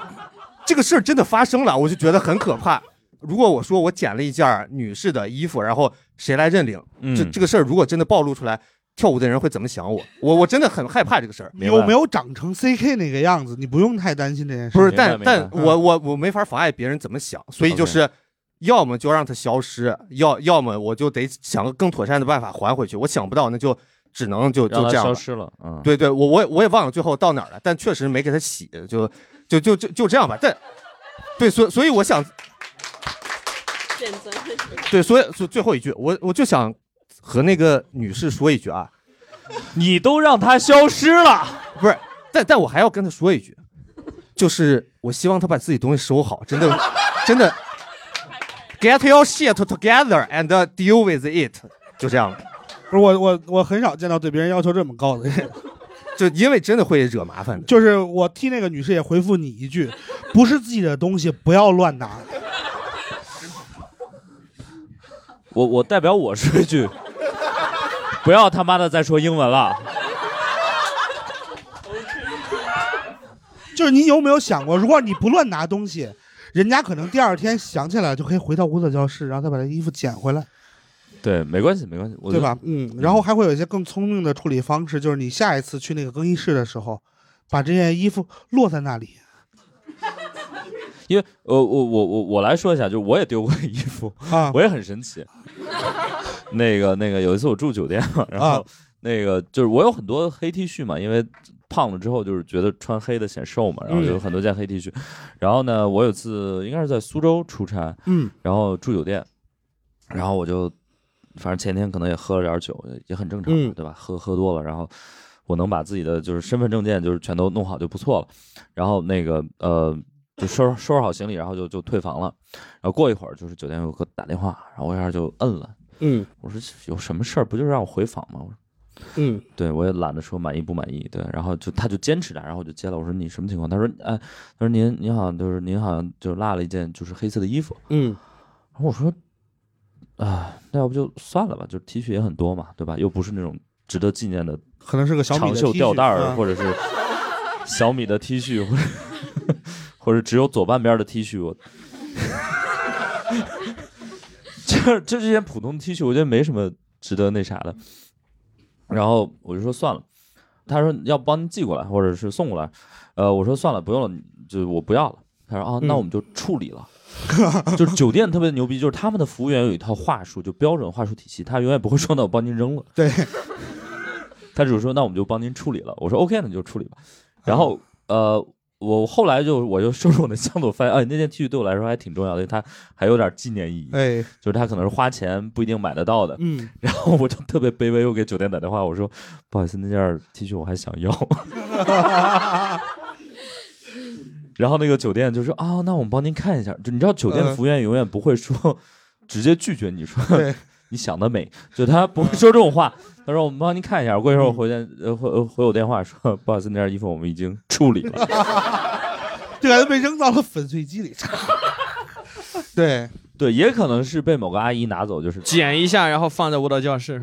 I: 这个事儿真的发生了，我就觉得很可怕。如果我说我捡了一件女士的衣服，然后谁来认领？
A: 嗯
I: 这这个事儿如果真的暴露出来，跳舞的人会怎么想我？我我真的很害怕这个事儿。
A: 明白
C: 有没有长成 CK 那个样子？你不用太担心这件事。
I: 不是，
A: 明白
I: 但
A: 明白
I: 但我我我没法妨碍别人怎么想，所以就是，要么就让它消失，要要么我就得想个更妥善的办法还回去。我想不到，那就只能就
A: 让
I: 就
A: 他
I: 这样
A: 消
I: 了。
A: 失了。嗯，
I: 对对，我我也我也忘了最后到哪儿了，但确实没给他洗，就就就就就这样吧。但对，所以所以我想，
D: 选择问题
I: 对，所以所以最后一句，我我就想和那个女士说一句啊，
A: 你都让他消失了，
I: 不是，但但我还要跟她说一句，就是我希望她把自己东西收好，真的真的，get your shit together and deal with it，就这样了，
C: 不是我我我很少见到对别人要求这么高的人，
I: 就因为真的会惹麻烦的。
C: 就是我替那个女士也回复你一句，不是自己的东西不要乱拿。
A: 我我代表我说一句，不要他妈的再说英文了。
C: 就是你有没有想过，如果你不乱拿东西，人家可能第二天想起来就可以回到舞蹈教室，然后再把这衣服捡回来，
A: 对，没关系，没关系，我
C: 对？吧？嗯，然后还会有一些更聪明的处理方式，就是你下一次去那个更衣室的时候，把这件衣服落在那里。
A: 因为呃，我我我我来说一下，就是我也丢过衣服，
C: 啊
A: 我也很神奇。 那个那个，有一次我住酒店嘛，然后
C: 啊
A: 那个就是我有很多黑 T 恤嘛，因为胖了之后就是觉得穿黑的显瘦嘛，
C: 嗯
A: 然后有很多件黑 T 恤。然后呢，我有一次应该是在苏州出差，
C: 嗯，
A: 然后住酒店，然后我就反正前天可能也喝了点酒，也很正常嘛，
C: 嗯
A: 对吧？喝喝多了，然后我能把自己的就是身份证件就是全都弄好就不错了。然后那个呃，就收拾收拾好行李，然后就就退房了。然后过一会儿就是酒店有个打电话，然后我一下就摁了。
C: 嗯
A: 我说有什么事儿不就是让我回访吗？我说
C: 嗯，
A: 对我也懒得说满意不满意，对，然后就他就坚持着，然后我就接了，我说你什么情况？他说哎，他说您您好像就是您好像就落了一件就是黑色的衣服，
C: 嗯，
A: 哎然后我说啊，那要不就算了吧，就是 T 恤也很多嘛，对吧？又不是那种值得纪念的，
C: 可能是个小米的
A: 长袖
C: T
A: 吊
C: 恤
A: 带儿，
C: 啊
A: 或者是小米的 T 恤，或者 或者只有左半边的 T 恤，我。 这这这件普通 T 恤，我觉得没什么值得那啥的。然后我就说算了，他说要不帮您寄过来，或者是送过来。呃，我说算了，不用了，就我不要了。他说啊，那
C: 嗯
A: 我们就处理了。 就是酒店特别牛逼，就是他们的服务员有一套话术，就标准话术体系，他永远不会说那我帮您扔了。
C: 对，
A: 他只是说那我们就帮您处理了。我说 OK，那就处理
C: 嗯
A: 吧。然后呃，我后来就我就收拾我的 箱子，我发现哎，那件 T 恤对我来说还挺重要的，因为它还有点纪念意义。
C: 哎，
A: 就是他可能是花钱不一定买得到的。
C: 嗯，
A: 然后我就特别卑微，我给酒店打电话，我说不好意思，那件 T 恤我还想要。 然后那个酒店就说啊、那我们帮您看一下。就你知道，酒店
C: 嗯
A: 服务员永远不会说直接拒绝你说
C: 对
A: 你想得美，就他不会说这种话。他说我们帮您看一下，我过一
C: 嗯
A: 会儿我回电呃回呃回我电话说不好意思，那件衣服我们已经处理了。
C: 就感觉被扔到了粉碎机里。对
A: 对，也可能是被某个阿姨拿走，就是
B: 剪一下，然后放在舞蹈教室。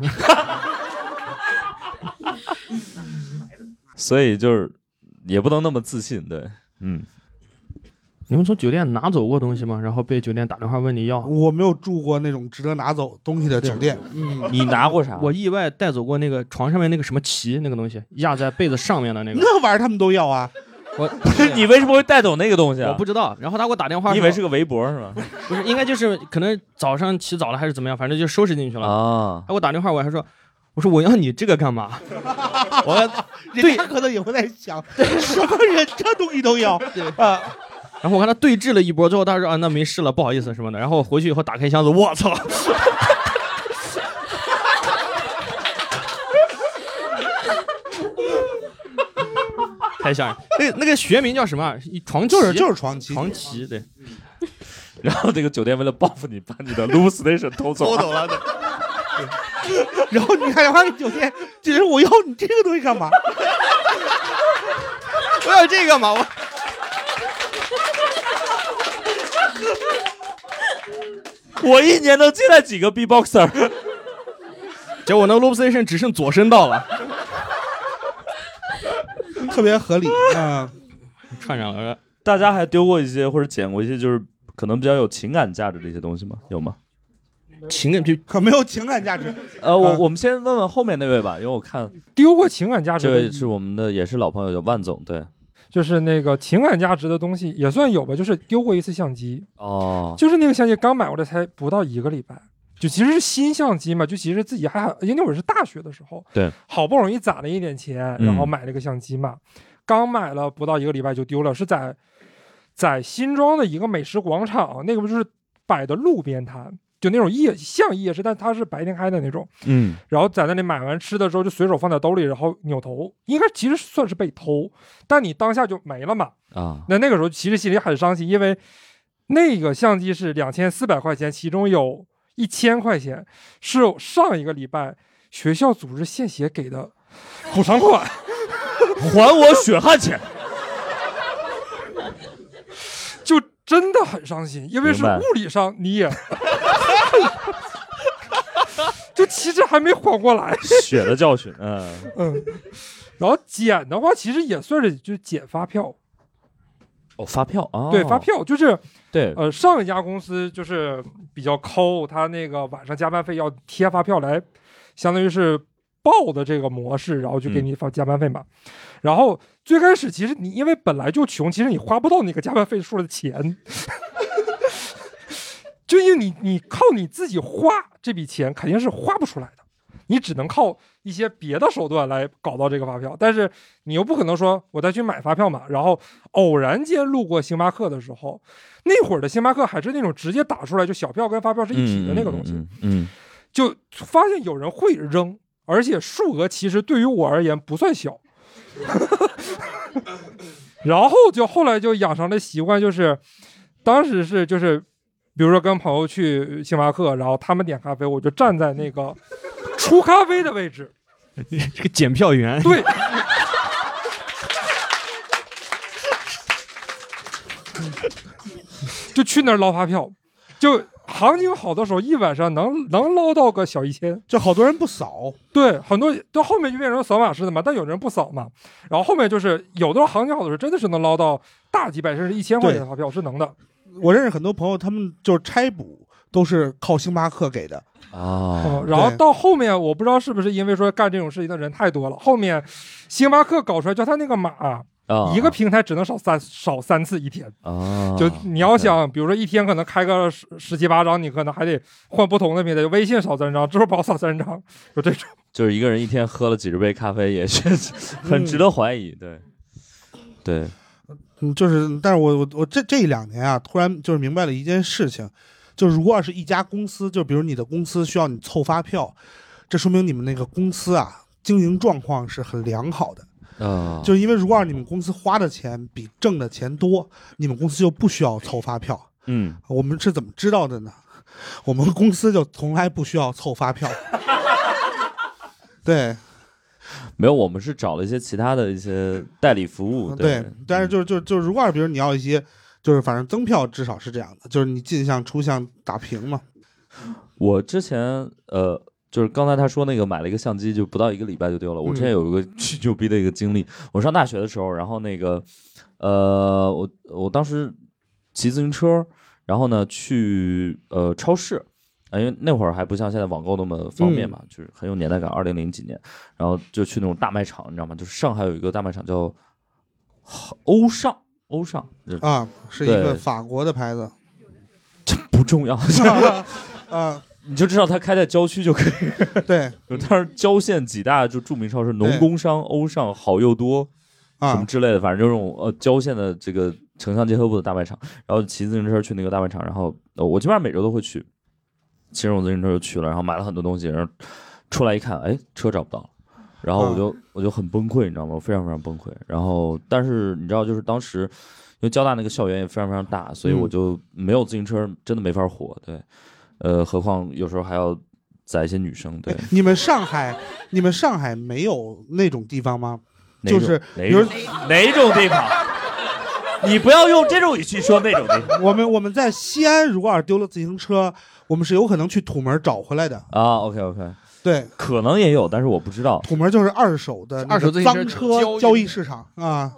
A: 所以就是也不能那么自信，对，嗯。
B: 你们从酒店拿走过东西吗？然后被酒店打电话问你要？
C: 我没有住过那种值得拿走东西的酒店，嗯，
A: 你拿过啥
B: 我意外带走过那个床上面那个什么旗，那个东西压在被子上面的那个。
C: 那玩意儿他们都要啊。
B: 我
A: 你为什么会带走那个东西啊？
B: 我不知道。然后他给我打电话，
A: 你以为是个围脖是吗？
B: 不是，应该就是可能早上起早了还是怎么样，反正就收拾进去了。
A: 啊
B: 他，给我打电话，我还说，我说我要你这个干 嘛？我要对
C: 人家可能也会在想，什么人这东西都要啊？
B: 然后我跟他对峙了一波，之后他说啊，那没事了，不好意思什么的。然后我回去以后打开箱子，我操！太吓人！ 那那个学名叫什么啊？床旗
C: 就是就是床旗，
B: 床旗，对，
A: 然后这个酒店为了报复你，把你的 Lu Station 偷走
I: 偷
A: 了。
I: 走了的。
C: 然后你还要给酒店，就是我要你这个东西干嘛？
I: 我要这个嘛，我
A: 我一年能进来几个 B Boxer？
B: 结果那个 l o b s t a t i o n 只剩左声道了，
C: 特别 合理
B: 嗯
C: 啊。
B: 串上了。
A: 大家还丢过一些或者捡过一些，就是可能比较有情感价值的一些东西吗？有吗？
B: 情感就
C: 可没有情感价值，
A: 呃，我
C: 啊
A: 我们先问问后面那位吧，因为我看
J: 丢过情感价值
A: 这
J: 的
A: 位是我们的也是老朋友，叫万总，对，
J: 就是那个情感价值的东西也算有吧，就是丢过一次相机，
A: 哦，
J: 就是那个相机刚买过来才不到一个礼拜，就其实是新相机嘛，就其实自己还很，因为那会儿是大学的时候，
A: 对，
J: 好不容易攒了一点钱，
A: 嗯
J: 然后买了个相机嘛，刚买了不到一个礼拜就丢了，是在在新庄的一个美食广场，那个不就是摆的路边摊。就那种夜像夜市，但它是白天开的那种。
A: 嗯，
J: 然后在那里买完吃的之后，就随手放在兜里，然后扭头，应该其实算是被偷，但你当下就没了嘛。
A: 啊，
J: 那那个时候其实心里很伤心，因为那个相机是两千四百块钱，其中有一千块钱是上一个礼拜学校组织献血给的补偿款。
A: 还我血汗钱！
J: 就真的很伤心，因为是
A: 明白
J: 物理上你 也，就其实还没缓过来。
A: 血的教训，嗯，
J: 嗯，然后捡的话，其实也算是就捡发票，
A: 哦，发票啊，
J: 对，发，票就是
A: 对，
J: 呃上一家公司就是比较抠，他那个晚上加班费要贴发票来，相当于是报的这个模式，然后就给
A: 嗯
J: 你发加班费嘛。然后最开始其实你因为本来就穷，其实你花不到那个加班费数的钱，就因为你你靠你自己花这笔钱肯定是花不出来的，你只能靠一些别的手段来搞到这个发票，但是你又不可能说我再去买发票嘛。然后偶然间路过星巴克的时候，那会儿的星巴克还是那种直接打出来就小票跟发票是一体的那个东西，
A: 嗯，嗯，
J: 就发现有人会扔，而且数额其实对于我而言不算小。 然后就后来就养成了习惯，就是当时是就是，比如说跟朋友去星巴克，然后他们点咖啡，我就站在那个出咖啡的位置，
B: 这个检票员，
J: 对。就去那儿捞发票，就行情好的时候，一晚上能能捞到个小一千。
C: 就好多人不扫，
J: 对，很多到后面就变成扫码式的嘛，但有人不扫嘛。然后后面就是有的时候行情好的时候，真的是能捞到大几百甚至一千块钱的
C: 对
J: 发票，是能的。
C: 我认识很多朋友，他们就是拆补都是靠星巴克给的
A: 啊
J: 哦然后到后面，我不知道是不是因为说干这种事情的人太多了，后面星巴克搞出来，就他那个码啊、
A: 啊
J: 一个平台只能少三少三次一天。
A: 啊，
J: 就你要想，比如说一天可能开个十十七八张，你可能还得换不同的平台，就微信少三张，支付宝少三张，就这种。
A: 就是一个人一天喝了几十杯咖啡，也是 很值得怀疑。对，对，
C: 嗯，就是，但是我我我这这一两年啊，突然就是明白了一件事情，就是如果要是一家公司，就比如你的公司需要你凑发票，这说明你们那个公司啊经营状况是很良好的。
A: 啊，
C: 就是因为如果让你们公司花的钱比挣的钱多，你们公司就不需要凑发票。
A: 嗯，
C: 我们是怎么知道的呢？ 我们公司就从来不需要凑发 票。对
A: 没有，我们是找了一些其他的一些代理服务。对嗯
C: 对，但是就是就是就是，如果要是比如你要一些，就是反正增票至少是这样的，就是你进项出项打平嘛。
A: 我之前呃，就是刚才他说那个买了一个相机，就不到一个礼拜就丢了。我之前
C: 嗯
A: 有一个 巨牛逼的一个经历，我上大学的时候，然后那个呃，我我当时骑自行车，然后呢去呃超市。啊，因为那会儿还不像现在网购那么方便嘛，就是很有年代感。二零零几年，然后就去那种大卖场，你知道吗？就是上海有一个大卖场叫欧尚，欧尚就是
C: 啊，是一个
A: 对
C: 法国的牌子。
A: 不重要，
C: 啊，
A: 你就知道它开在郊区就可以。
C: 对，
A: 就当时郊县几大就著名超市，农
C: 对
A: 工商、欧尚、好又多
C: 啊
A: 什么之类的，反正就是这种呃郊县的这个城乡结合部的大卖场。然后骑自行车去那个大卖场，然后、呃我基本上每周都会去，骑着我自行车就去了，然后买了很多东西，然后出来一看，哎，车找不到了。然后我
C: 啊
A: 就、我就很崩溃，你知道吗？我非常非常崩溃。然后， 但是你知道，就是当时因为交大那个校园也非常非常大，所以
C: 嗯
A: 我就没有自行车，真的没法活。对，呃，何况有时候还要载一些女 生。对，
C: 你们上海，你们上海没有那种地方吗？
A: 哪
C: 就
A: 种
C: 是
A: 哪
C: 比如
A: 种哪种地方？ 你不要用这种语气说那种地方
C: 我们我们在西安，如果要是丢了自行车，我们是有可能去土门找回来的。
A: 啊。OK OK，
C: 对，
A: 可能也有，但是我不知道。
C: 土门就是二手的那个
A: 二手自行车
C: 脏车交易市场啊。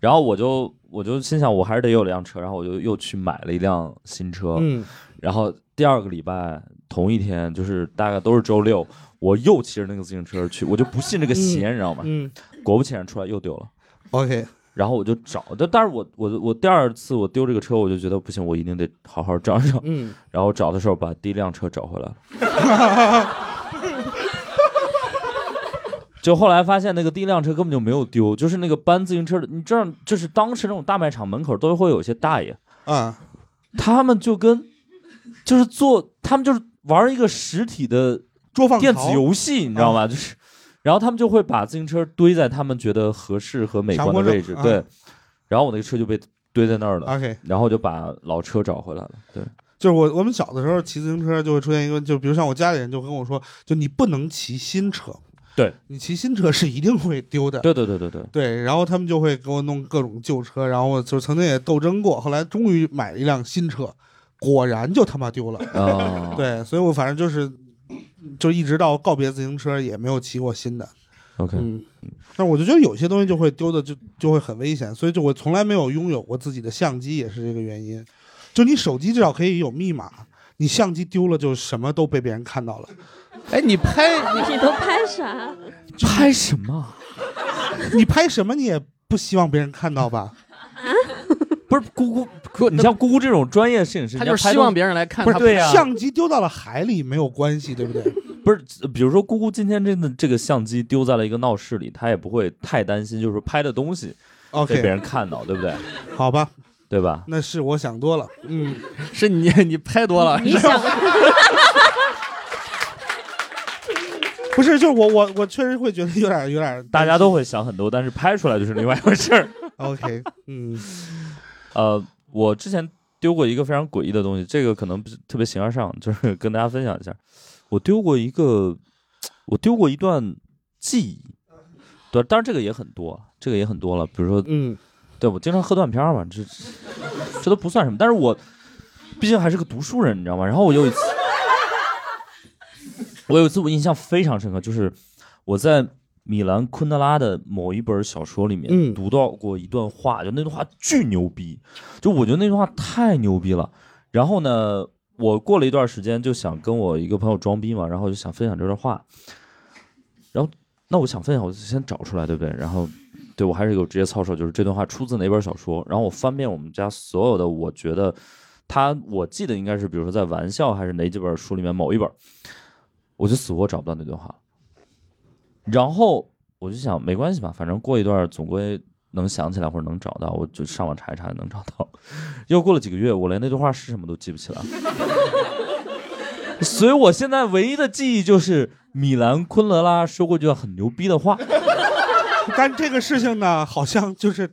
A: 然后我就我就心想，我还是得有辆车，然后我就又去买了一辆新车。
C: 嗯，
A: 然后第二个礼拜同一天，就是大概都是周六，我又骑着那个自行车去，我就不信这个邪，你知道吗？
C: 嗯，
A: 果不其然出来又丢了。
C: OK，
A: 然后我就找，但但是我我我第二次我丢这个车，我就觉得不行，我一定得好好找找。
C: 嗯，
A: 然后找的时候把第一辆车找回来了。就后来发现那个第一辆车根本就没有丢，就是那个搬自行车的，你知道，就是当时那种大卖场门口都会有一些大爷，
C: 啊，
A: 他们就跟就是做，他们就是玩一个实体的
C: 桌放啊
A: 电子游戏，你知道吗？就是，然后他们就会把自行车堆在他们觉得合适和美观的位置
C: 强，迫症
A: 对
C: 啊。
A: 然后我那个车就被堆在那儿了
C: OK
A: 然后就把老车找回来了，对。
C: 就是我我们小的时候骑自行车就会出现一个，就比如像我家里人就跟我说，就你不能骑新车，
A: 对
C: 你骑新车是一定会丢的。
A: 对对对对对，
C: 对，然后他们就会给我弄各种旧车，然后我就曾经也斗争过，后来终于买了一辆新车，果然就他妈丢了。
A: 哦
C: 对，所以我反正就是，就一直到告别自行车也没有骑过新的。
A: OK，
C: 嗯，但我就觉得有些东西就会丢的就就会很危险，所以就我从来没有拥有过自己的相机，也是这个原因。就你手机至少可以有密码，你相机丢了就什么都被别人看到了。
I: 哎，你拍
D: 你都拍啥？
A: 拍什么？
C: 你拍什么你也不希望别人看到吧？
A: 不是 姑姑，可你像姑姑这种专业摄影师，
C: 他
A: 人家
C: 就是
A: 拍
C: 希望
A: 东西
C: 别人
B: 来
A: 不是对呀、
C: 相机丢到了海里没有关系，对不对？
A: 不是，呃比如说姑姑今天这个这个相机丢在了一个闹市里，她也不会太担心，就是说拍的东西
C: OK
A: 被别人看到，对不对？
C: 好吧，
A: 对吧？
C: 那是我想多了，嗯，
G: 是你 你拍多了，
D: 你想，
C: 不是，就是我我我确实会觉得有点有点
A: 大家都会想很多，但是拍出来就是另外一回事儿。
C: OK，嗯，
A: 呃，我之前丢过一个非常诡异的东西，这个可能不是特别形而上， 就是跟大家分享一下。我丢过一个，我丢过一段记忆，对，当然这个也很多，这个也很多了。比如说，
C: 嗯，
A: 对我经常喝断片儿嘛，这这都不算什么。但是我毕竟还是个读书人，你知道吗？然后我有一次，我有一次我印象非常深刻，就是我在米兰昆德拉的某一本小说里面读到过一段话，就那段话巨牛逼，就我觉得那段话太牛逼了。然后呢，我过了一段时间就想跟我一个朋友装逼嘛，然后就想分享这段话，然后那我想分享，我就先找出来，对不对？然后。对我还是有职业操守，就是这段话出自哪本小说。然后我翻遍我们家所有的，我觉得他我记得应该是，比如说在《玩笑》还是哪几本书里面某一本，我就死活找不到那段话。然后我就想，没关系吧，反正过一段总归能想起来或者能找到，我就上网查一查能找到。又过了几个月，我连那段话是什么都记不起来，所以我现在唯一的记忆就是米兰昆德拉说过一句很牛逼的话。
C: 但这个事情呢，好像就是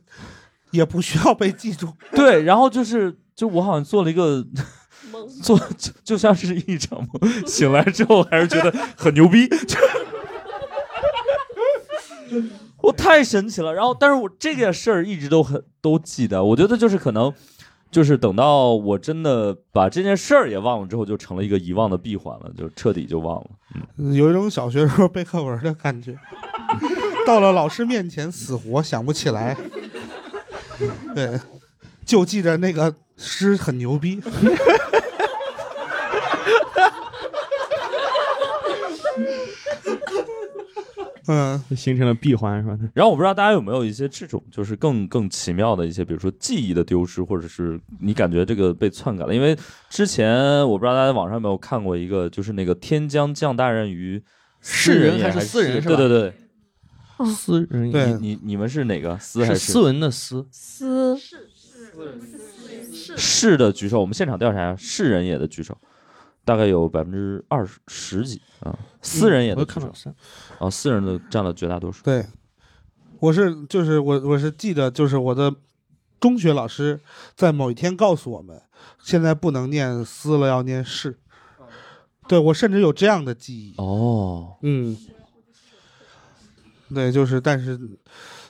C: 也不需要被记住。
A: 对，然后就是就我好像做了一个 做就就像是一场梦，醒来之后还是觉得很牛逼，就我太神奇了。然后，但是我这个事儿一直都很都记得，我觉得就是可能。就是等到我真的把这件事儿也忘了之后，就成了一个遗忘的闭环了，就彻底就忘了。
C: 有一种小学时候背课文的感觉， 到了老师面前死活想不起来，对，就记着那个诗很牛逼。 嗯，
B: 形成了闭环是吧？
A: 然后我不知道大家有没有一些这种，就是更更奇妙的一些，比如说记忆的丢失，或者是你感觉这个被篡改了。因为之前我不知道大家网上有没有看过一个，就是那个天将降大任于
B: 世人
A: 也
B: 还
A: 还
B: 是斯人是吧
A: 对对对，
D: 哦
B: 斯人
A: 对你你们是哪个斯还
B: 是斯文的斯，
D: 斯
A: 是的举手，我们现场调查一下，是人也的举手，大概有百分之二十十几啊，私人也
C: 嗯
B: 嗯
C: 我
A: 的
C: 也
A: 举
C: 看
A: 手
C: 到是，
A: 哦，私人的占了绝大多数。
C: 对，我是就是我我是记得就是我的中学老师在某一天告诉我们，现在不能念思了，要念是。对我甚至有这样的记忆。
A: 哦，
C: 嗯，对，就是但是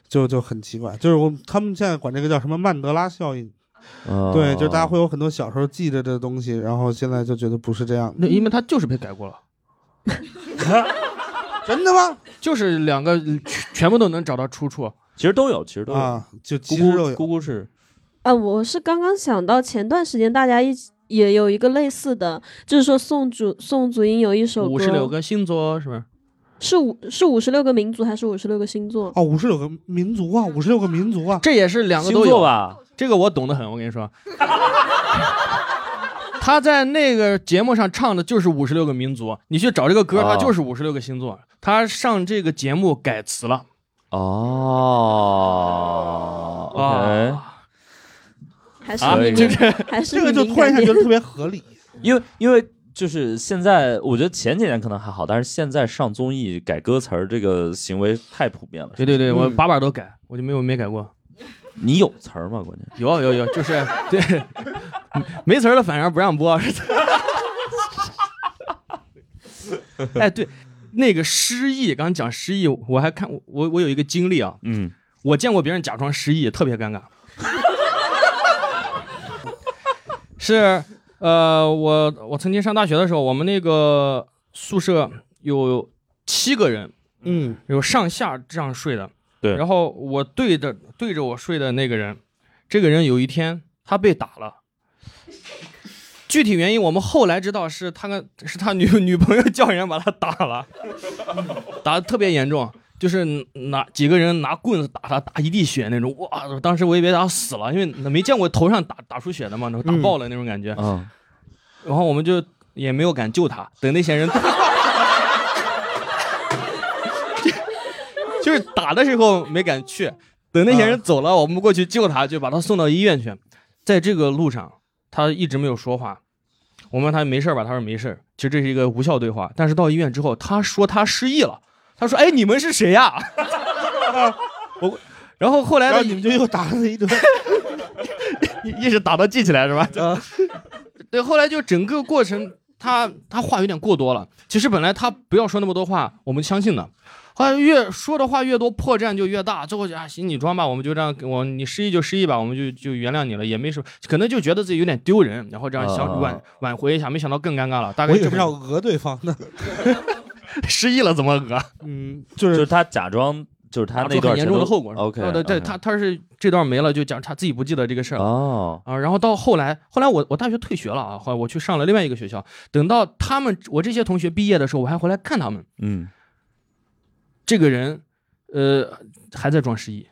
C: 就就很奇怪，就是我他们现在管这个叫什么曼德拉效应。
A: 哦
C: 对，就是大家会有很多小时候记着的东西，然后现在就觉得不是这样的。
B: 那因为他就是被改过 了。
C: 真的吗？
B: 就是两个全全部都能找到出处，
A: 其实都有，其实
B: 都
C: 有啊就其实都有
A: 姑姑是
D: 啊，我是刚刚想到前段时间大家一起也有一个类似的，就是说宋祖宋祖英有一首歌，
B: 五十六个星座是不是？
D: 是五是五十六个民族还是五十六个星座？
C: 哦，五十六个民族啊，五十六个民族啊，
B: 这也是两个都
D: 星
B: 有
D: 座
A: 吧？
B: 这个我懂得很，我跟你 说。他在那个节目上唱的就是五十六个民族，你去找这个歌，
A: 哦
B: 他就是五十六个星座。他上这个节目改词了，
A: 哦，OK，
B: 啊
D: 还
A: 啊
D: 是
A: 这
D: 你
A: 个
D: 还是
C: 这个
D: 你
C: 就
D: 敏
C: 突然一
D: 感
C: 下觉
D: 点
C: 得特别合理。
A: 因为因为就是现在，我觉得前几年可能还好，但是现在上综艺改歌词儿这个行为太普遍了。嗯
B: 对对对，我把把都改，我就没有没改过。
A: 你有词儿吗？关键
B: 有有有，就是对， 没词儿了反而不让播。 哎，对，那个失忆，刚刚讲失忆，我还看我我有一个经历啊，
A: 嗯，
B: 我见过别人假装失忆，特别尴尬。是，呃，我我曾经上大学的时候，我们那个宿舍有七个人，
C: 嗯，
B: 有上下这样睡的。
A: 对
B: 然后我对着对着我睡的那个人，这个人有一天他被打了。具体原因我们后来知道是他跟是他女女朋友叫人把他打了，打的特别严重，就是拿几个人拿棍子打他，打一地血那种。哇，当时我以为他死了，因为没见过头上打打出血的嘛，打爆了那种感觉。
A: 啊，
B: 然后我们就也没有敢救他，等那些人，就是打的时候没敢去，等那些人走了，我们过去救他，就把他送到医院去。在这个路上，他一直没有说话。我问他没事儿吧，他说没事儿。其实这是一个无效对话。但是到医院之后，他说他失忆了。他说：“哎，你们是谁呀、 我，然后后来
C: 然
B: 呢
C: 后？你们就又打了他一顿。
B: 一直打到记起来是吧？呃对，后来就整个过程，他他话有点过多了。其实本来他不要说那么多话，我们相信的。后来越说的话越多，破绽就越大。最后就啊，行，你装吧，我们就这样，我你失忆就失忆吧，我们就就原谅你了，也没什么，可能就觉得自己有点丢人，然后这样
C: 啊
B: 想挽挽回一下，没想到更尴尬了。大概
C: 我以
B: 这
C: 为
B: 么
C: 要讹对方呢，
B: 失忆了怎么 讹？
C: 嗯，就是
A: 就是他假装，就是他
B: 打
A: 那
B: 出
A: 段
B: 很严
A: 全
B: 重的
A: 都
B: 后果是吧。
A: OK，
B: 哦对对，
A: OK
B: 他他是这段没了，就讲他自己不记得这个事儿
A: 哦
B: 啊。然后到后来，后来我我大学退学了啊，后来我去上了另外一个学校。等到他们我这些同学毕业的时候，我还回来看他们，
A: 嗯，
B: 这个人呃还在装失忆。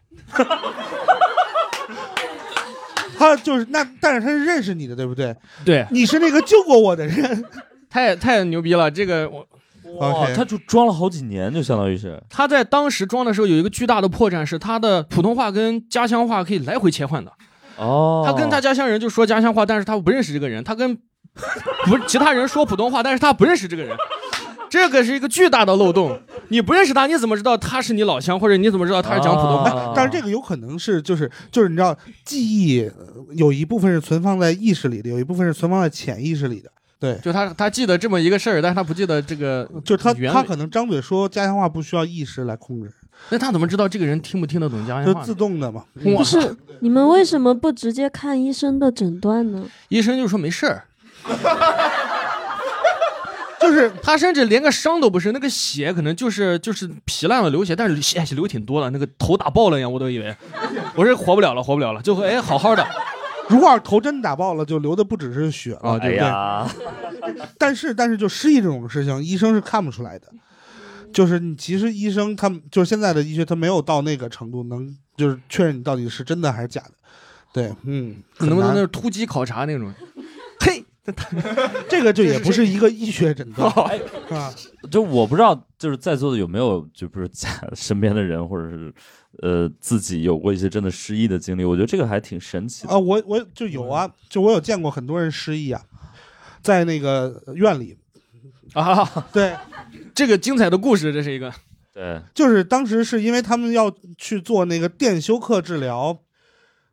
C: 他就是那，但是他是认识你的，对不对？
B: 对，
C: 你是那个救过我 的人，
B: 太太牛逼了，这个我。
A: 哇，他就装了好几年，就相当于是
B: 他在当时装的时候有一个巨大的破绽，是他的普通话跟家乡话可以来回切换的。
A: 哦，
B: 他跟他家乡人就说家乡话，但是他不认识这个人；他跟不其他人说普通话，但是他不认识这个人。 这个是一个巨大的漏洞，你不认识他，你怎么知道他是你老乡，或者你怎么知道他是讲普通话？
C: 啊但但是这个有可能是就是就是你知道，记忆呃有一部分是存放在意识里的，有一部分是存放在潜意识里的。对，
B: 就他他记得这么一个事儿，但是他不记得这个，
C: 就是他
B: 原
C: 他可能张嘴说家乡话不需要意识来控制，
B: 那他怎么知道这个人听不听得懂家乡
C: 就
B: 话呢？
C: 自动的嘛。
B: 哇
D: 不是，你们为什么不直接看医生的诊断呢？
B: 医生就说没事儿，
C: 就是
B: 他甚至连个伤都不是，那个血可能就是就是皮烂了流血，但是血血流挺多的，那个头打爆了一样，我都以为，我这活不了了，活不了了，就会哎好 好的，
C: 如果要是头真打爆了，就流的不只是血
B: 哦
C: 了，哎对不对？
B: 啊
A: 呀，
C: 但是但是就失忆这种事情，医生是看不出来的。就是你其实医生他们就是现在的医学，他没有到那个程度能就是确认你到底是真的还是假的。对，嗯，
B: 可能
C: 很难
B: 那是突击考察那种。
C: 这个就也不是一个医学诊 断
B: 哦
C: 啊。
A: 就我不知道，就是在座的有没有，就不是家 身边的人，或者是呃自己有过一些真的失忆的经历？我觉得这个还挺神奇的。
C: 啊，我我就有啊，就我有见过很多人失忆啊，在那个院里
B: 啊，
C: 对，
B: 这个精彩的故事，这是一个
A: 对，
C: 就是当时是因为他们要去做那个电休克治疗，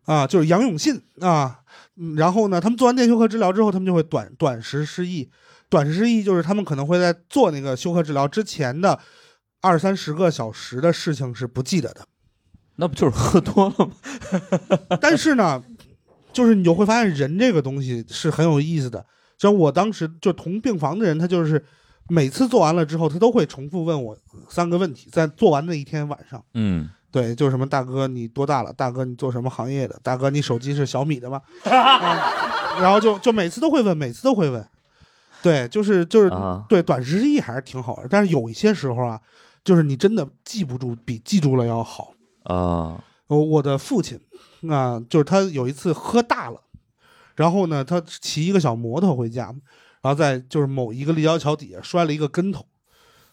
C: 啊，就是杨永信啊，嗯然后呢，他们做完电休克治疗之后，他们就会短短时失忆，短时失忆就是他们可能会在做那个休克治疗之前的二三十个小时的事情是不记得的，
A: 那不就是喝多了吗？
C: 但是呢，就是你就会发现人这个东西是很有意思的。像我当时就同病房的人，他就是每次做完了之后，他都会重复问我三个问题，在做完那一天晚上。
A: 嗯，
C: 对，就是什么大哥你多大了？大哥你做什么行业的？大哥你手机是小米的吗？啊然后就就每次都会问，每次都会问。对，就是就是、
A: 啊
C: 对短时记忆还是挺好的，但是有一些时候啊，就是你真的记不住比记住了要好。
A: 啊，
C: 我我的父亲啊、就是他有一次喝大了，然后呢，他骑一个小摩托回家，然后在就是某一个立交桥底下摔了一个跟头，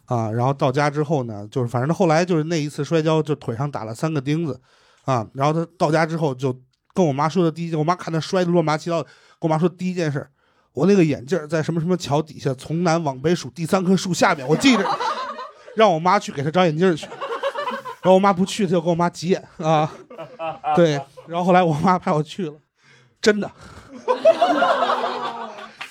C: 啊，然后到家之后呢，就是反正他后来就是那一次摔跤，就腿上打了三个钉子，啊，然后他到家之后就跟我妈说的第一件，我妈看他摔的乱八七糟，跟我妈说第一件事，我那个眼镜儿在什么什么桥底下，从南往北数第三棵树下面，我记着， 让我妈去给他找眼镜儿去。 然后我妈不去，他就跟我妈急眼啊，对，然后后来我妈 派我去了，真的，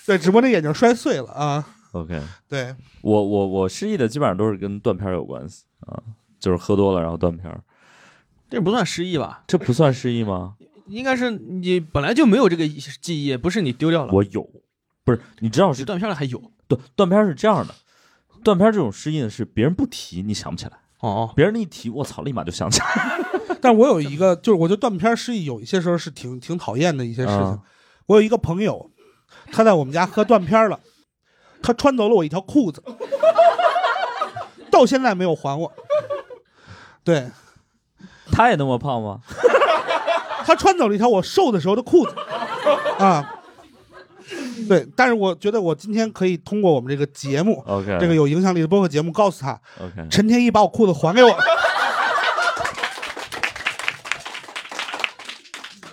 C: 对，只不过那眼睛摔碎了啊，
A: OK，
C: 对，
A: 我我我失忆的基本上都是跟断片儿有关系啊，就是喝多了然后断片儿，
B: 这不算失忆吧？
A: 这不算失忆吗？
B: 应该是你本来就没有这个意记忆，不是你丢掉了。
A: 我有，不是你知道是
B: 断片了还有
A: 断断片儿是这样的，断片儿这种失忆呢是别人不提你想不起来，
B: 哦，
A: 别人一提我操立马就想起来，
C: 但我有一个，就是我觉得断片失忆有一些时候是挺挺讨厌的一些事情。
A: 啊
C: 我有一个朋友，他在我们家喝断片了，他穿走了我一条裤子，到现在没有还我。对
A: 他也那么胖吗？
C: 他穿走了一条我瘦的时候的裤子，啊，对。但是我觉得我今天可以通过我们这个节目
A: OK
C: 这个有影响力的播客节目，告诉他
A: OK
C: 陈天一把我裤子还给我了。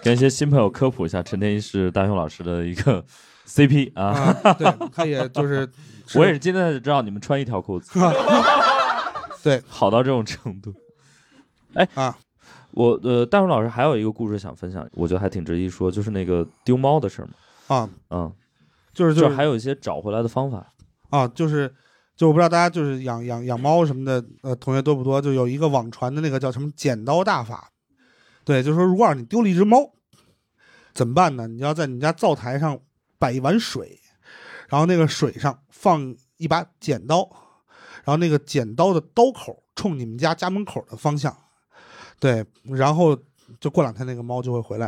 A: 跟一些新朋友科普一下，陈天一是大雄老师的一个 CP 啊，
C: 啊对，他也 就是，
A: 我也是今天才知道你们穿一条裤子，
C: 对，
A: 好到这种程度。哎
C: 啊，
A: 我呃，大雄老师还有一个故事想分享，我觉得还挺值得一说，就是那个丢猫的事儿嘛。
C: 啊，
A: 嗯，
C: 就是
A: 就
C: 就是
A: 还有一些找回来的方法。
C: 啊，就是就我不知道大家就是养养养猫什么的，呃，同学多不多？就有一个网传的那个叫什么“剪刀大法”，对，就是说如果让你丢了一只猫，怎么办呢？你要在你们家灶台上摆一碗水，然后那个水上放一把剪刀，然后那个剪刀的刀口冲你们家家门口的方向，对，然后就过两天那个猫就会回来，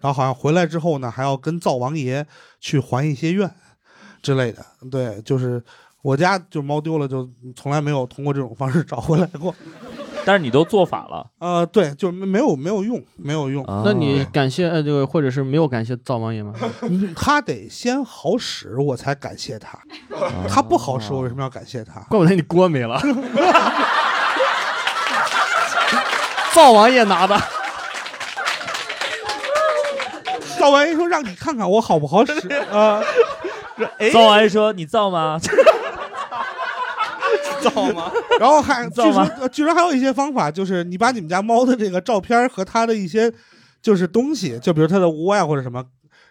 C: 然后好像回来之后呢，还要跟灶王爷去还一些愿之类的，对，就是我家就猫丢了，就从来没有通过这种方式找回来过，
A: 但是你都做法了，
C: 呃，对，就没没有没有用，没有用。
B: 啊那
A: 啊
B: 你感谢呃，这个或者是没有感谢灶王爷吗？
C: 嗯他得先好使，我才感谢他。
B: 啊
C: 他不好使，我为什么要感谢他？
B: 怪不得你锅没了，灶王爷拿的。
C: 灶王爷说：“让你看看我好不好使啊！”哎
A: 灶王 爷说：“你造吗？
C: 造吗？然后还据
A: 造
C: 说
A: 吗
C: 呃据说还有一些方法，就是你把你们家猫的这个照片和它的一些就是东西，就比如它的窝呀或者什么，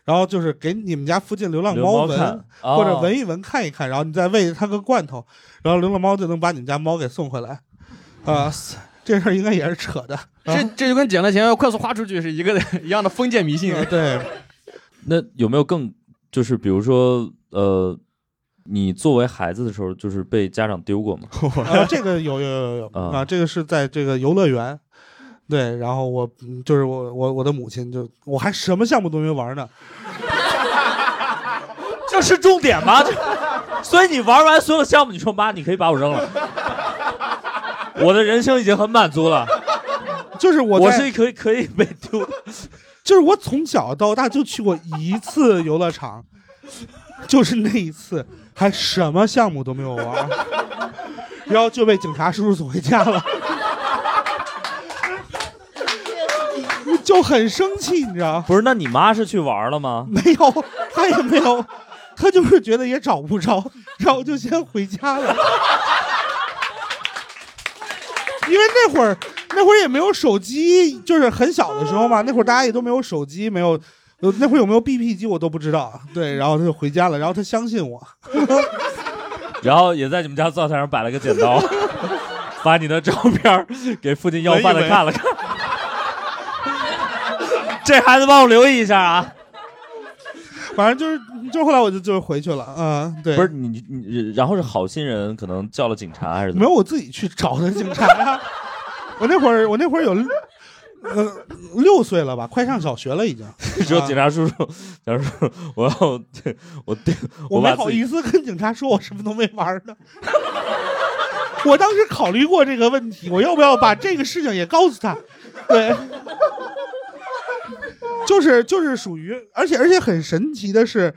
C: 然后就是给你们家附近流浪
A: 流浪猫
C: 闻
A: 看哦
C: 或者闻一闻看一看，然后你再喂它个罐头，然后流浪猫就能把你们家猫给送回来。啊、这事儿应该也是扯的。啊
B: 这这就跟捡了钱要快速花出去是一个 一样的封建迷信。
C: 对，
A: 那有没有更就是比如说呃，你作为孩子的时候，就是被家长丢 过吗？
C: 啊，这个有有有有
A: 啊
C: 啊，这个是在这个游乐园，对，然后我嗯就是我我我的母亲就我还什么项目都没玩呢，
A: 这是重点吗？这所以你玩完所有项目，你说妈，你可以把我 扔了，我的人生已经很满足了。
C: 就是我
A: 我
C: 在
A: 是可以可以被丢，
C: 就是我从小到大就去过一次游乐场，就是那一次，还什么项目都没有玩，然后就被警察叔叔送回家了。 就很生气，你知道？
A: 不是，那你妈是去玩了吗？
C: 没有，他也没有，他就是觉得也找不着，然后就先回家了。因为那会儿那会儿也没有手机，就是很小的时候嘛，那会儿大家也都没有手机，没有。呃那会儿有没有 BP 机我都不知道，对，然后他就回家了，然后他相信我，
A: 然后也在你们家灶台上摆了个剪 刀，把你的照片儿给附近要饭的看了 看。这孩子帮我留意一下啊！
C: 反正就是，就后来我就就回去了，嗯、对，
A: 不是你你你，然后是好心人可能叫了警察还是怎
C: 没
A: 么？
C: 有我自己去找的警察呀、我那会儿我那会儿有，呃，六岁了吧，快上小学了已经，啊
A: 说警察叔叔，警察叔叔， 我要我我
C: 我没
A: 把
C: 好
A: 自己
C: 意思跟警察说我什么都没玩呢。 我当时考虑过这个问题，我要不要把这个事情也告诉他？对，就是就是属于，而且而且很神奇的是，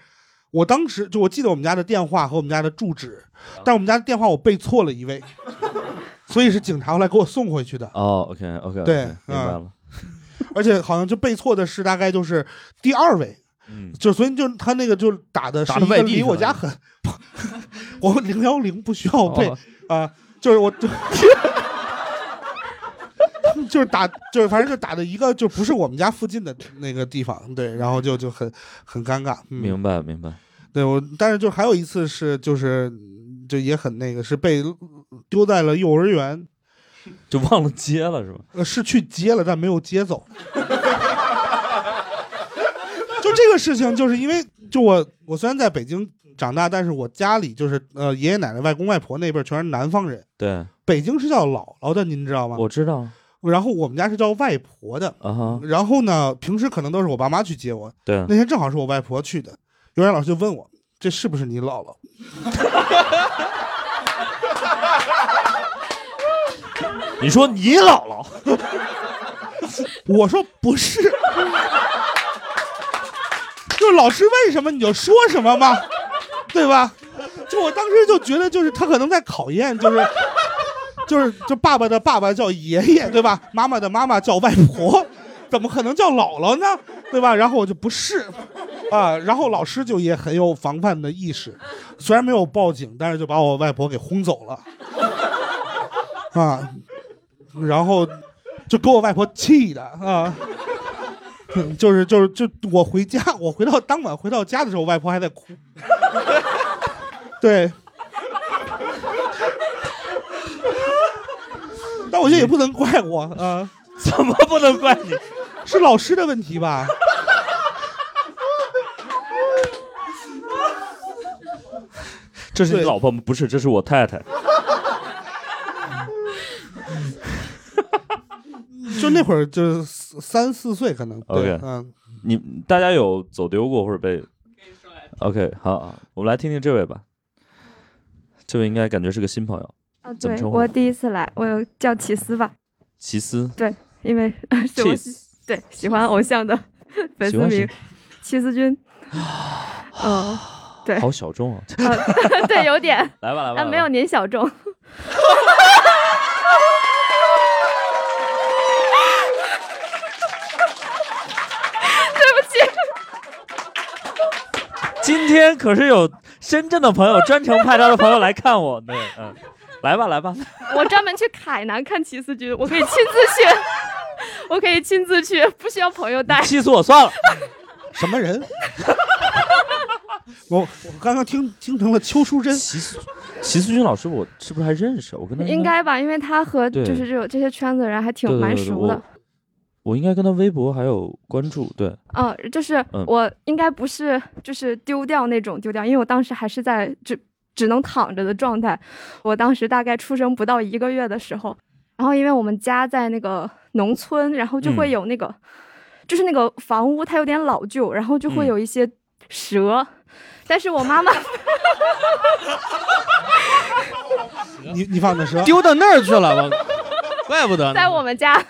C: 我当时就我记得我们家的电话和我们家的住址，
B: 啊
C: 但我们家的电话我背错了 一位，所以是警察后来给我送回去
B: 啊
C: 的。
A: 哦，OK OK，
C: 对
A: 明白
C: 嗯
A: 了。
C: 而且好像就背错的是大概就是第二位，
A: 嗯，
C: 就所以就他那个就打的是
B: 打
C: 一
B: 到
C: 个
B: 外地
C: 离
B: 去
C: 我
B: 了
C: 家很，我零幺零不需要背啊
B: 哦、
C: 就是我。就是打，就是反正就打的一个，就不是我们家附近的那个地方，对，然后就就很很尴尬。嗯、
A: 明白明白。
C: 对我，但是就还有一次是，就是就也很那个，是被丢在了幼儿园，
A: 就忘了接了是吧？
C: 呃，是去接了，但没有接走。 就这个事情，就是因为就我我虽然在北京长大，但是我家里就是呃爷爷奶奶、外公外婆那辈儿全是南方人，
A: 对，
C: 北京是叫姥姥的，您知道吗？
A: 我知道
C: 然后我们家是叫外婆的，
A: 啊哈，
C: 然后呢，平时可能都是我爸妈去接我，
A: 对
C: 那天正好是我外婆去的，幼儿园老师就问我这是不是你姥 姥？
A: 你说你姥姥，
C: 我说不是，就是老师问什么你就说什么嘛，对吧？就我当时就觉得，就是他可能在考验，就是， 就是就爸爸的爸爸叫爷爷，对吧？妈妈的妈妈叫外婆，怎么可能叫姥姥呢？对吧？然后我就不是，啊，然后老师就也很有防范的意识，虽然没有报警，但是就把我外婆给轰走了，啊，然后就给我外婆气的啊。 嗯就是就是就我回家，我 回到当晚回到家的时候，我外婆还在哭。对，但我觉得也不能怪我啊、
A: 怎么不能怪你？
C: 是老师的问题 吧？
A: 这是你老婆吗？不是，这是我 太太。
C: 就那会儿就是四三四岁可能。对
A: OK，
C: 嗯，
A: 你大家有走丢过或者被？OK，好，我们来听听这位吧。这位应该感觉是个新朋友，
K: 啊，
A: 怎么
K: 对
A: 称呼
K: 我第一次来，我有叫起司吧，
A: 奇思。
K: 对，因 为是我喜对喜欢偶像的粉
A: 喜
K: 丝
A: 欢 谁啊
K: 名，起司君，嗯，对，
A: 好小众啊！
K: 啊 对，有点，
A: 来吧来吧来
K: 啊，
A: 吧
K: 没有您小 众，对
A: 今天可是有深圳的朋 友专程派他的朋友来看我，对，嗯，来吧来吧，
K: 不起，我专门去海南看起司君，我可以亲自去， 我可以亲自去，不需要朋友带，
A: 气死我算了。
C: 什么人？ 我我刚刚听听成了邱淑贞。
A: 齐齐思君老师，我是不是还认识？我跟 他
K: 应该吧，因为他和
A: 对
K: 就是这种这些圈子人还挺
A: 对对
K: 蛮
A: 对对
K: 熟
A: 我
K: 的。
A: 我应该跟他微博还有关注，对，
K: 嗯，就是
A: 嗯
K: 我应该不是就是丢掉那种丢掉，因为我当时还是在只只能躺着的状态。我当时大概出生不到一个月的时候，然后因为我们家在那个农村，然后就会
L: 嗯
K: 有那个，就是那个房屋它有点老旧，然后就
L: 嗯
K: 会有一些蛇，但是我妈 妈
C: 你你放的蛇
B: 丢到那儿去了，我怪不得呢
K: 在我们家。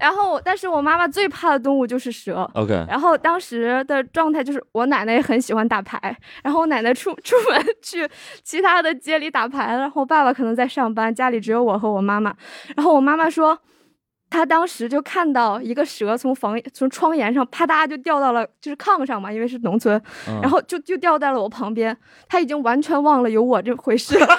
K: 然后，但是我妈妈最怕的动物就是蛇。
A: OK
K: 然后当时的状态就是，我奶奶也很喜欢打牌，然后我奶奶出 出门去其他的街里打牌了，然后我爸爸可能在上班，家里只有我和我妈妈。然后我妈妈说，她当时就看到一个蛇从房从窗沿上啪嗒就掉到了就是炕上嘛，因为是农村，
L: 嗯
K: 然后就就掉在了我旁边，她已经完全忘了有我这回事。然后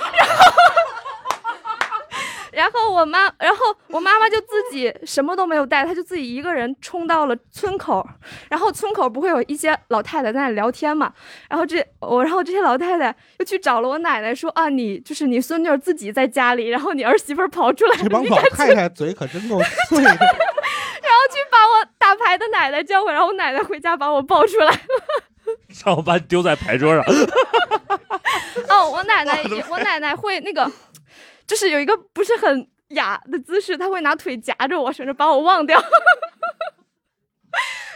K: 然后我妈，然后我妈妈就自己什么都没有带，她就自己一个人冲到了村口。然后村口不会有一些老太太在那里聊天嘛？然后这我，然后这些老太太又去找了我奶奶说啊，你就是你孙女儿自己在家里，然后你儿媳妇儿跑出来，
C: 这帮
K: 你
C: 老
K: 赶紧
C: 太太嘴可 真够碎 的。
K: 然后去把我打牌的奶奶叫回来，然后我奶奶回家把我抱出来。
A: 让我把你丢在牌桌上。
K: 哦，我奶奶也，我奶奶会那个，就是有一个不是很雅的姿势，她会拿腿夹着我，甚至把我忘掉。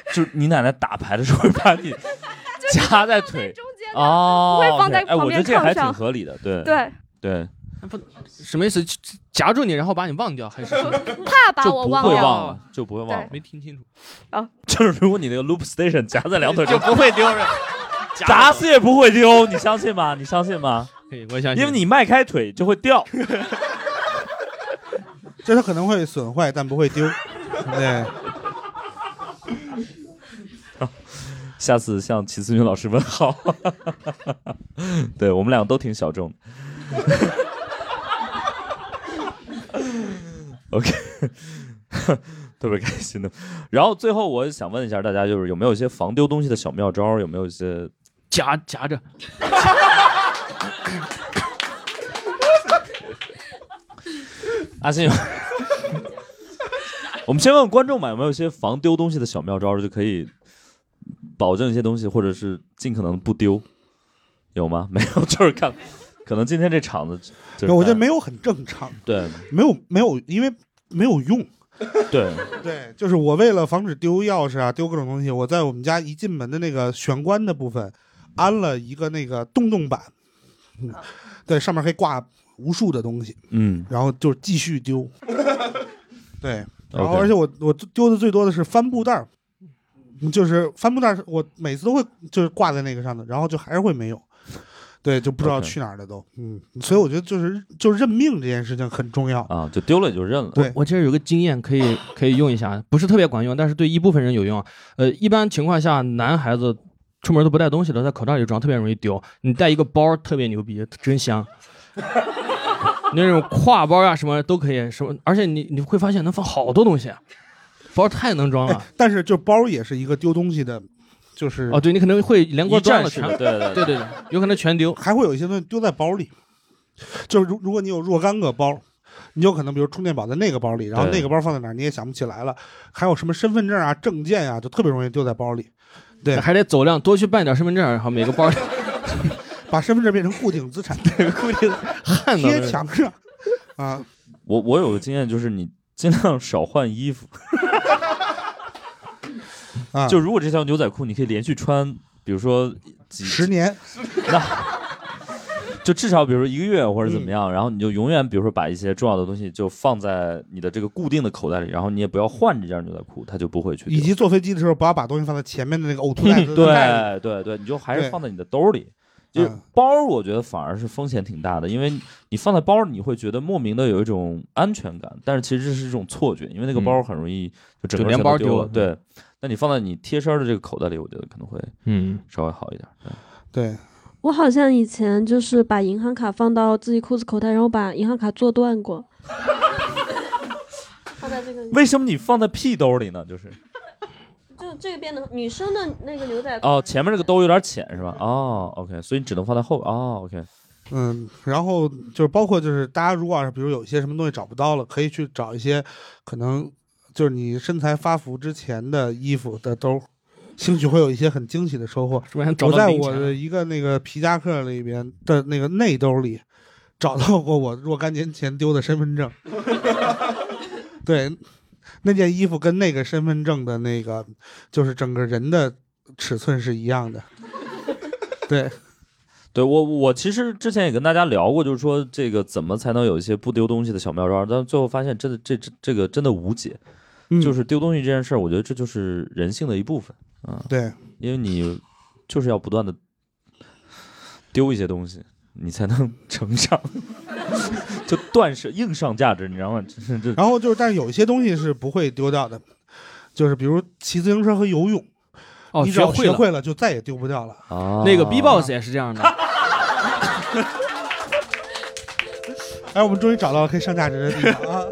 A: 就是你奶奶打牌的时候 把你夹在腿哦，
K: 不会放在
A: OK，哎，
K: 旁
A: 我觉
K: 边
A: 得这个还
K: 炕上
A: 挺合理的，对
K: 对，
A: 对，
B: 什么意思？夹住你，然后把你忘掉，还是
K: 怕把
A: 就
K: 我
A: 不
K: 忘
A: 会
K: 掉。
A: 忘了，就不会忘了。
B: 没听清楚
K: 啊？
A: 就是如果你那个 loop station 夹在两腿上，
B: 就不会丢 人，
A: 打死也不会丢，你相信吗？你相信吗？
B: 可以，我相信
A: 因为你迈开腿就会 掉。
C: 这它可能会损坏，但不会 丢。对，
A: 下次向齐思君老师问好。 对我们俩都挺小众 的。OK，特别开心的。然后最后我想问一下大家，就是有没有一些防丢东西的小妙招？有没有一些
B: 夹夹着？
A: 阿信有，我们先问观众们有没有一些防丢东西的小妙招，就可以保证一些东西，或者是尽可能不丢，有吗？ 没有，就是看，可能今天这场子就是
C: 我觉得
A: 大家
C: 没有很正常，
A: 对
C: 没有没有，因为没有用。
A: 对，
C: 对，就是我为了防止丢钥匙啊，丢各种东西，我在我们家一进门的那个玄关的部分安了一个那个洞洞板，嗯对，上面可以挂无数的东西，
A: 嗯，
C: 然后就是继续 丢。对，然后
A: OK
C: 而且我我丢的最多的是帆布袋儿，就是帆布袋儿，我每次都会就是挂在那个上的，然后就还是会没有，对，就不知道
A: OK
C: 去哪儿了都，嗯，所以我觉得就是就认命这件事情很重要。
A: 啊，就丢了也就认了。
B: 我我这儿有个经验可以可以用一下，不是特别管用，但是对一部分人有用。呃，一般情况下，男孩子出门都不带东西的，在口袋里装特别容易丢。你带一个包儿特别牛逼，真香。 那种挎包啊什么都可以，什么，而且你你会发现能放好多东西，啊包太能装了。
C: 但是就包也是一个丢东西的，就是
B: 哦，对你可能会连锅
C: 一
B: 装
C: 站
B: 了
C: 式
B: 全，
C: 的对对对
B: 对对有可能全丢，
C: 还会有一些东西丢在包里。就是如如果你有若干个包，你有可能比如充电宝在那个包里，然后
A: 对
C: 那个包放在哪儿你也想不起来了，还有什么身份证啊、证件啊，就特别容易丢在包里。对，
B: 还得走量，多去办点身份证，然后每个包里
C: 把身份证变成固定资 产，对，
B: 固定
A: 焊到那
C: 贴
A: 儿
C: 墙上 啊。
A: 我我有个经验就是你尽量少换衣服，
C: 啊
A: 就如果这条牛仔裤你可以连续穿，比如说几
C: 十年，
A: 那就至少比如说一个月或者怎么
C: 嗯
A: 样，然后你就永远比如说把一些重要的东西就放在你的这个固定的口袋里，然后你也不要换这件牛仔裤，它就不会去丢。
C: 以及坐飞机的时候不要把东西放在前面的那个呕吐袋
B: 嗯
C: 子袋里
A: 对嗯对对，你就还是
C: 对嗯
A: 放在你的兜里。就是包，我觉得反而是风险挺大的，因为你放在包，里，你会觉得莫名的有一种安全感，但是其实这是一种错觉，因为那个包很容易就
B: 嗯就
A: 整个
B: 连
A: 钱
B: 包
A: 都
B: 丢
A: 丢
B: 了
A: 对，那你放在你贴身儿的这个口袋里，我觉得可能会
B: 嗯
A: 稍微好一点。
C: 对，
D: 我好像以前就是把银行卡放到自己裤子口袋，然后把银行卡做断过。放在这个
A: 为什么你放在屁兜里 呢？就是
D: 就这边的女生的那个牛仔裤，
A: 哦，前面这个兜有点浅是吧？哦，OK，所以你只能放在后边。哦，OK，
C: 嗯，然后就是包括就是大家如果要是比如有一些什么东西找不到了，可以去找一些可能就是你身材发福之前的衣服的兜，兴许会有一些很惊喜 的收获。
B: 找
C: 我
B: 到
C: 在
B: 零
C: 我
B: 钱
C: 的一个那个皮夹克里边的那个内兜里找到过我若干年前丢的身份证， 对，那件衣服跟那个身份证的那个就是整个人的尺寸是一样的，对。
A: 对我，我其实之前也跟大家聊过，就是说这个怎么才能有一些不丢东西的小妙招，但最后发现真的这这这个真的无解，就是丢东西这件事儿，我觉得这就是人性的一部分啊。
C: 对，
A: 因为你就是要不断的丢一些东西，你才能 成长，就断舍硬上价值，你知道吗？这这
C: 然后就是，但是有一些东西是不会丢掉的，就是比如骑自行车和游泳，
B: 哦
C: 你只要
B: 学会
C: 学
B: 了哦
C: 会了就再也丢不掉了。
A: 啊
B: 那个 B boss 也是这样的，
C: 哎，我们终于找到了可以上价值的地方啊！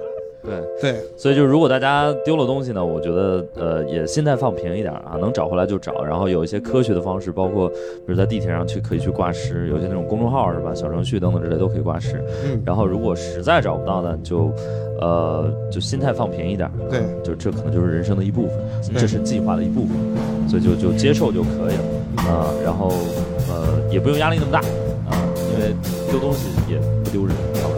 A: 对
C: 对，
A: 所以就如果大家丢了东西呢，我觉得呃也心态放平一点啊，能找回来就找，然后有一些科学的方式，包括比如在地铁上去可以去挂失，有些那种公众号是吧，小程序等等之类都可以挂失。
C: 嗯
A: 然后如果实在找不到呢，就呃就心态放平一点，
C: 对，
A: 就这可能就是人生的一部分，
C: 对
A: 这是计划的一部分，所以就就接受就可以了啊、然后呃也不用压力那么大啊、因为丢东西也不丢人，好吧？